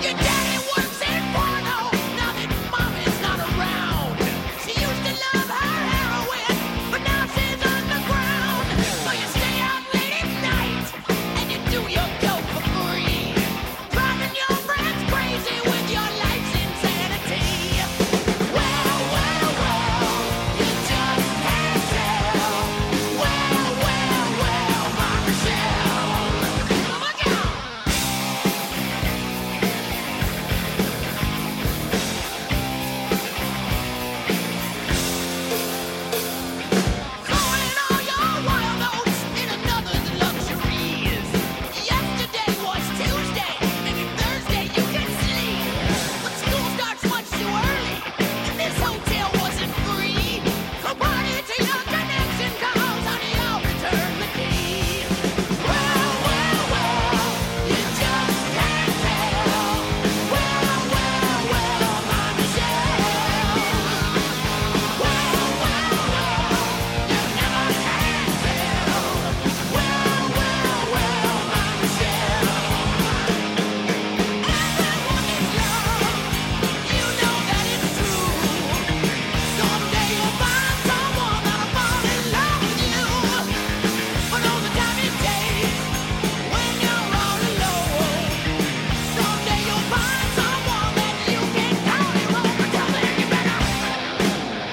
Speaker 8: Your daddy works in porno. Now that mom is not around, she used to love her heroin, but now she's underground. So you stay out late at night and you do your dope for free, driving your friends crazy with your life's insanity. Well, well, well, you just can't tell. Well, well, well, my Michelle, look out! Throwing all your wild oats in another's luxuries. Yesterday was Tuesday, maybe Thursday you can sleep. But school starts much too early, and this hotel wasn't free. So party to your connection calls, honey, I'll return the key. Well, well, well, you just can't tell. Well, well, well, my Michelle. Well, well, well. You never can tell. Well, well, well, my Michelle. And that woman's love, you know that it's true. Someday you'll find someone that'll fall in love with you. But all the time it takes when you're all alone. Someday you'll find someone that you can count it on. But till then, you better.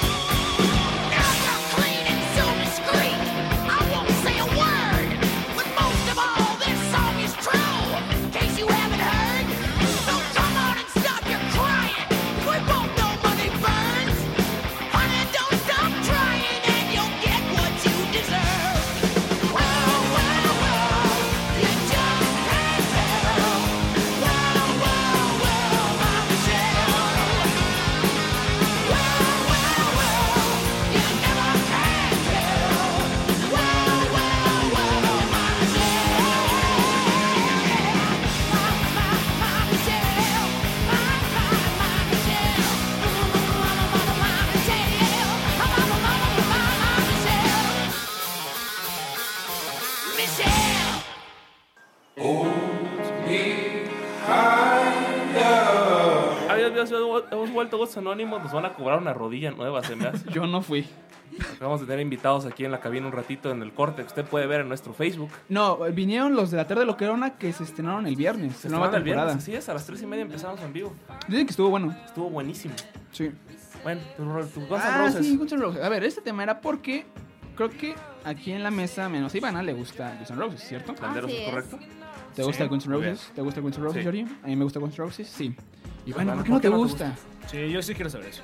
Speaker 8: Now you're clean and so discreet. I won't say a word. But most of all, this song is true. In case you haven't heard. So come on and stop your crying. We both know money burns. Honey, don't stop trying and you'll get what you deserve. Wow, wow, wow. You just can't tell. Wow, wow, wow, my Michelle. Well, well, well, you never can tell. Well, well, well, my Michelle, my, my, my Michelle, my, my, my Michelle, my, my, my, my Michelle, Michelle.
Speaker 4: Adiós, Dios, hemos vuelto Guns Anónimos. Nos van a cobrar una rodilla nueva, se me hace.
Speaker 5: Yo no fui.
Speaker 4: Acabamos de tener invitados aquí en la cabina un ratito en el corte que usted puede ver en nuestro Facebook.
Speaker 5: No, vinieron los de la tarde Loquerona que se estrenaron el viernes.
Speaker 4: Se
Speaker 5: nueva
Speaker 4: estrenan el
Speaker 5: temporada.
Speaker 4: viernes, así es, a las 3 y media empezamos en vivo.
Speaker 5: Dicen que estuvo bueno.
Speaker 4: Estuvo buenísimo.
Speaker 5: Sí.
Speaker 4: Bueno, tu, tu Guns N'
Speaker 5: Ah,
Speaker 4: Roses.
Speaker 5: sí, Guns N' Roses. A ver, este tema era porque creo que aquí en la mesa, menos a Ivana, le gusta Guns N' Roses, ¿cierto?
Speaker 4: Landeros,
Speaker 10: Así Ah, es.
Speaker 4: ¿correcto?
Speaker 5: ¿Te gusta
Speaker 6: Sí,
Speaker 5: Guns N'
Speaker 6: muy
Speaker 5: Roses? ¿Te gusta Guns N' Roses,
Speaker 4: Sí.
Speaker 5: Jordi? A mí me gusta Guns N' Roses, sí. Ivana,
Speaker 4: Ivana,
Speaker 5: ¿por qué no te gusta?
Speaker 6: Sí, yo sí quiero saber eso.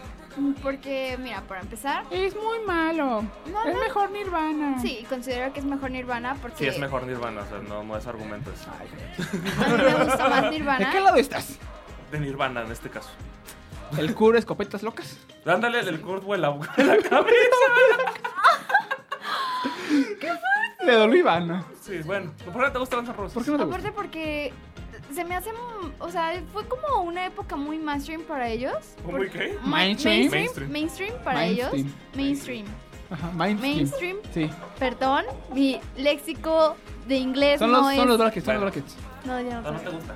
Speaker 10: Porque, mira, para empezar,
Speaker 5: Es muy malo.
Speaker 10: no, no,
Speaker 5: mejor Nirvana.
Speaker 10: sí, considero que es mejor Nirvana porque
Speaker 4: Sí, es mejor Nirvana, o sea, no, no es argumento eso.
Speaker 10: a mí me gusta más
Speaker 5: ¿De
Speaker 10: Nirvana.
Speaker 5: qué lado estás?
Speaker 4: De Nirvana en este caso.
Speaker 5: ¿El cura escopetas locas?
Speaker 4: Dándole el Kurt en la, en la cabeza.
Speaker 5: Le dolió Ivana.
Speaker 4: Sí, bueno. ¿Por qué no te gusta Guns N' Roses?
Speaker 5: ¿Por qué no te gusta?
Speaker 10: Aparte porque se me hace, mm, o sea, fue como una época muy mainstream para ellos.
Speaker 4: ¿Cómo
Speaker 10: Por-
Speaker 4: y qué?
Speaker 10: Ma-
Speaker 5: Mainstream.
Speaker 10: Mainstream, mainstream para
Speaker 5: Mainstream.
Speaker 10: ellos. Mainstream.
Speaker 5: Ajá, mainstream.
Speaker 10: Mainstream.
Speaker 5: Sí.
Speaker 10: Perdón, mi léxico de inglés
Speaker 5: Son
Speaker 10: no
Speaker 5: los,
Speaker 10: es...
Speaker 5: son los brackets, son los
Speaker 4: Bueno.
Speaker 5: brackets.
Speaker 10: No, ya no
Speaker 4: Ah, No, no
Speaker 10: sé.
Speaker 4: te gusta.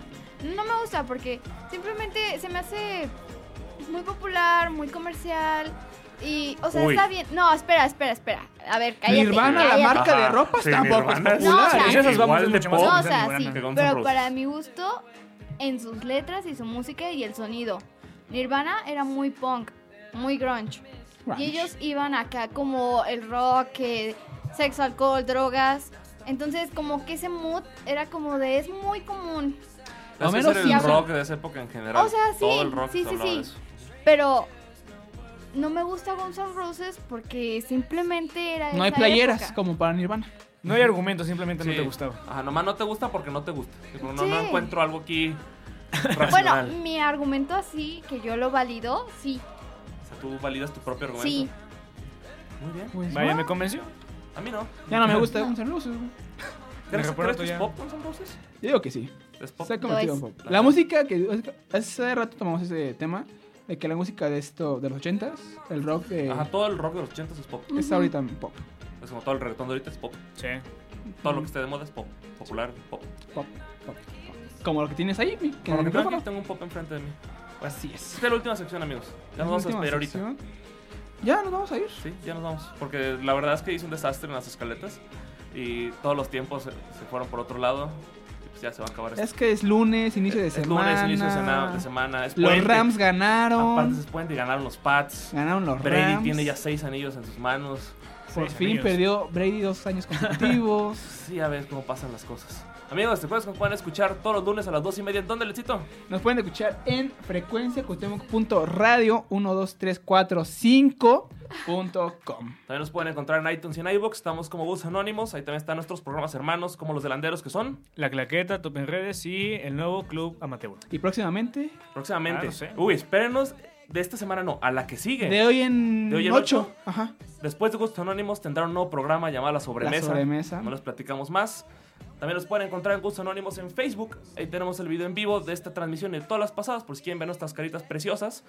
Speaker 10: No me gusta porque simplemente se me hace muy popular, muy comercial. Y, o sea,
Speaker 4: Uy.
Speaker 10: está bien. No, espera, espera, espera. A ver, cállate.
Speaker 5: Nirvana, la
Speaker 10: cállate.
Speaker 5: marca de
Speaker 4: Ajá,
Speaker 5: ropa,
Speaker 4: sí,
Speaker 5: tampoco es
Speaker 4: Nirvana es-
Speaker 10: No, o sea,
Speaker 5: popular.
Speaker 10: sí.
Speaker 5: ¿eh?
Speaker 4: Esas vamos
Speaker 6: Igual
Speaker 4: de
Speaker 6: mucho
Speaker 4: pop.
Speaker 6: más
Speaker 10: No, o
Speaker 6: Vamos a
Speaker 10: sea,
Speaker 6: Nirvana.
Speaker 10: sí.
Speaker 4: Que Guns N'
Speaker 10: Pero
Speaker 4: Roses.
Speaker 10: para mi gusto, en sus letras y su música y el sonido. Nirvana era muy punk, muy grunge. Y ellos iban acá como el rock, que sexo, alcohol, drogas. Entonces, como que ese mood era como de es muy común.
Speaker 5: Lo
Speaker 4: Es que
Speaker 5: menos
Speaker 4: ese
Speaker 5: sí
Speaker 4: era el
Speaker 5: habla-
Speaker 4: rock de esa época en general.
Speaker 10: O sea, sí,
Speaker 4: Todo el rock
Speaker 10: sí, sí,
Speaker 4: se hablaba
Speaker 10: sí.
Speaker 4: de eso.
Speaker 10: Pero no me gusta Guns N' Roses porque simplemente era.
Speaker 5: No hay
Speaker 10: esa
Speaker 5: playeras
Speaker 10: época.
Speaker 5: como para Nirvana.
Speaker 6: No hay argumento, simplemente no
Speaker 4: Sí.
Speaker 6: te gustaba.
Speaker 4: Ajá, nomás no te gusta porque no te gusta. Tipo, No, no
Speaker 10: Sí.
Speaker 4: encuentro algo aquí
Speaker 10: Bueno, mm.
Speaker 4: racional.
Speaker 10: mi argumento así, que yo lo valido, sí,
Speaker 4: O sea, tú validas tu propio argumento.
Speaker 10: sí.
Speaker 4: Muy bien.
Speaker 5: Pues,
Speaker 6: Vaya,
Speaker 5: no,
Speaker 6: me convenció.
Speaker 4: A mí no.
Speaker 5: Ya no me gusta Guns N' Roses. güey.
Speaker 4: ¿Crees,
Speaker 6: recuerdo
Speaker 4: crees que es
Speaker 6: ya.
Speaker 4: pop Guns N' Roses?
Speaker 5: Yo digo que sí.
Speaker 4: Es pop.
Speaker 5: Se ha convertido en
Speaker 10: Lo es.
Speaker 5: pop. La música que hace rato tomamos ese tema de que la música de esto de los ochentas, el rock de
Speaker 4: Ajá, todo el rock de los 80 es pop.
Speaker 5: es ahorita pop,
Speaker 4: Es como todo el reggaetón de ahorita es pop.
Speaker 6: Sí.
Speaker 4: Todo lo que esté de moda es pop. Popular, pop.
Speaker 5: pop, pop. Como lo que tienes ahí, mi- que en el
Speaker 4: Por lo que veo, aquí
Speaker 5: micrófono.
Speaker 4: tengo un pop enfrente de mí.
Speaker 5: Así es.
Speaker 4: Esta es la última sección, amigos. Ya nos vamos a
Speaker 5: Última
Speaker 4: despedir ahorita.
Speaker 5: sección. Ya nos vamos a ir.
Speaker 4: Sí, ya nos vamos. Porque la verdad es que hice un desastre en las escaletas. Y todos los tiempos se, se fueron por otro lado. Y pues ya se va a acabar esto.
Speaker 5: Es que es lunes, inicio de
Speaker 4: Es
Speaker 5: semana.
Speaker 4: lunes, inicio de semana. de semana, es
Speaker 5: Los
Speaker 4: puente.
Speaker 5: Rams ganaron.
Speaker 4: Aparte es puente y ganaron los Pats.
Speaker 5: Ganaron los
Speaker 4: Brady
Speaker 5: Rams.
Speaker 4: tiene ya seis anillos en sus manos.
Speaker 5: Por
Speaker 6: Seis
Speaker 5: fin
Speaker 6: anillos.
Speaker 5: perdió Brady dos años consecutivos.
Speaker 4: Sí, ya ves cómo pasan las cosas. Amigos, recuerden que nos pueden escuchar todos los lunes a las dos y media. ¿En dónde, Lecito?
Speaker 5: Nos pueden escuchar en frecuenciacutemoc.radio 12345.com.
Speaker 4: También nos pueden encontrar en iTunes y en iVoox. Estamos como Bus Anónimos. Ahí también están nuestros programas hermanos, como los delanderos que son.
Speaker 6: La Claqueta, Top en Redes y el nuevo Club Amateur.
Speaker 5: Y próximamente,
Speaker 4: Próximamente.
Speaker 6: Ah, no sé.
Speaker 4: Uy, espérenos de esta semana, no, a la que sigue.
Speaker 5: de hoy en
Speaker 4: De hoy en
Speaker 5: 8.
Speaker 4: ocho.
Speaker 5: Ajá.
Speaker 4: Después de Gustos Anónimos tendrán un nuevo programa llamado La Sobremesa.
Speaker 5: La sobremesa.
Speaker 4: No les platicamos más. También los pueden encontrar en Gustos Anónimos en Facebook. Ahí tenemos el video en vivo de esta transmisión y de todas las pasadas, por si quieren ver nuestras caritas preciosas.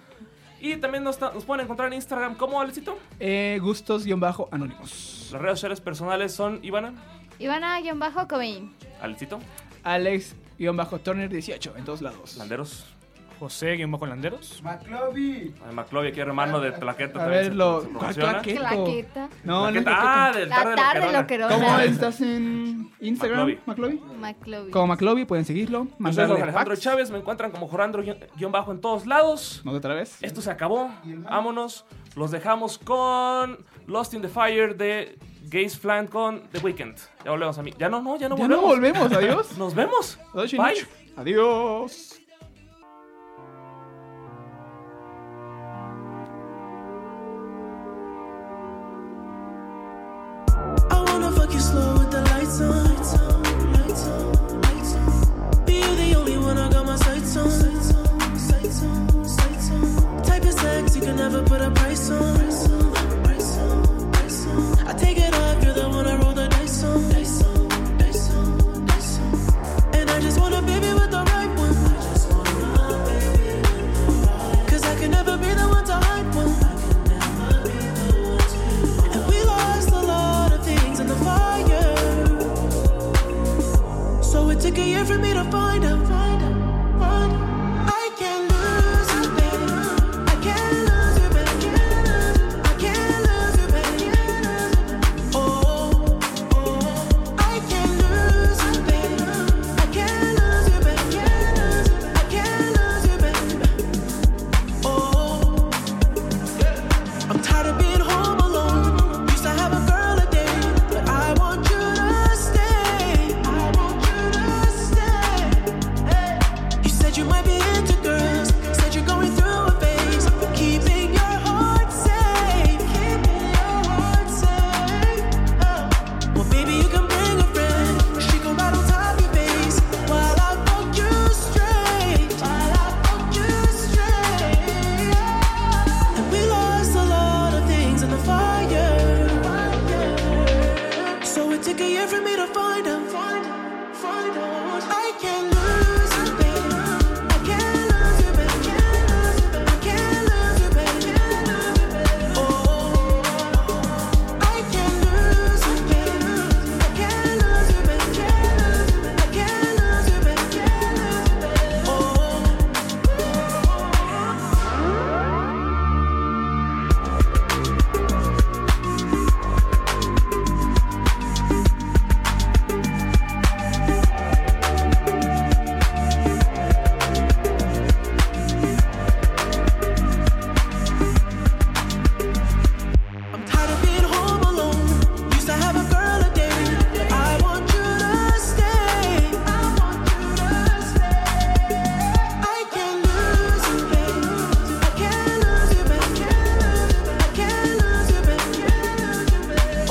Speaker 4: Y también nos, ta- nos pueden encontrar en Instagram como Alecito.
Speaker 5: Eh, Gustos-anónimos.
Speaker 4: Las redes sociales personales son Ivana,
Speaker 10: Ivana-Cobain.
Speaker 4: Alecito,
Speaker 5: Alex-Turner18 en todos lados.
Speaker 4: Landeros,
Speaker 6: José, guión bajo Landeros.
Speaker 8: McLovey.
Speaker 4: Ay, McLovey, aquí hermano de Plaqueta.
Speaker 5: A
Speaker 4: también
Speaker 5: ver,
Speaker 4: se-
Speaker 5: lo.
Speaker 4: se
Speaker 5: ¿Cuál
Speaker 4: promociona.
Speaker 5: claqueto?
Speaker 10: Claqueta.
Speaker 5: No, no es
Speaker 4: Plaqueta. Ah,
Speaker 5: claqueto.
Speaker 4: del
Speaker 10: La
Speaker 4: tarde,
Speaker 10: tarde
Speaker 4: Loquerona.
Speaker 10: lo que
Speaker 5: ¿Cómo estás en Instagram, McLovey?
Speaker 10: McLovey.
Speaker 5: Como McLovey, pueden seguirlo.
Speaker 4: Yo soy Jorge
Speaker 5: Mandarle
Speaker 4: Alejandro
Speaker 5: packs.
Speaker 4: Chávez, me encuentran como Jorandro guión- guión bajo en todos lados.
Speaker 5: ¿No otra vez?
Speaker 4: Esto se acabó. Vámonos. Los dejamos con Lost in the Fire de Gaze Flan con The Weeknd. Ya volvemos a mí. Ya no, no, ya no
Speaker 5: Ya
Speaker 4: volvemos.
Speaker 5: no volvemos, adiós.
Speaker 4: Nos vemos.
Speaker 5: Dos y
Speaker 4: Bye.
Speaker 5: ocho. Adiós.
Speaker 12: I wanna fuck you slow with the lights on. Lights on, lights on, lights on. Be you the only one I got my sights on. Sights on, sights on, sights on. Type of sex you can never put a price on. Price on, price on, price on. I take it off, you're the one I roll the dice on. Dice on, dice on, dice on. And I just want a baby with the right one. I just Oh, Oh.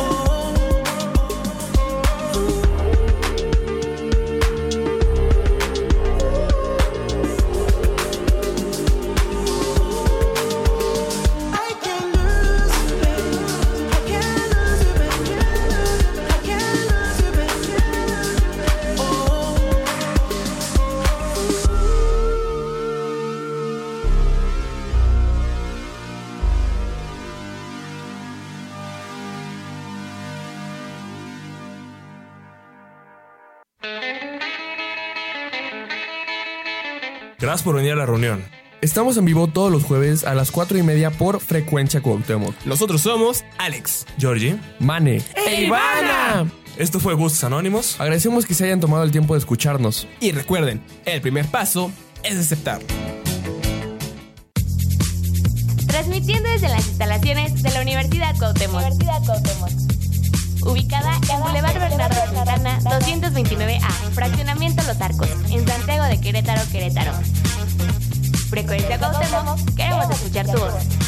Speaker 8: Oh.
Speaker 4: Gracias por venir a la reunión. Estamos en vivo todos los jueves a las 4 y media por Frecuencia Cuauhtémoc. Nosotros somos Alex, Georgie, Mane
Speaker 8: ¡E Ivana!
Speaker 4: Esto fue Gustos Anónimos. Agradecemos que se hayan tomado el tiempo de escucharnos.
Speaker 13: Y recuerden, el primer paso es aceptar.
Speaker 1: Transmitiendo desde las instalaciones de la Universidad Cuauhtémoc. Ubicada en Boulevard Bernardo Santana 229A, fraccionamiento Los Arcos, en Santiago de Querétaro, Querétaro. Frecuencia Cuauhtémoc, queremos escuchar tu voz.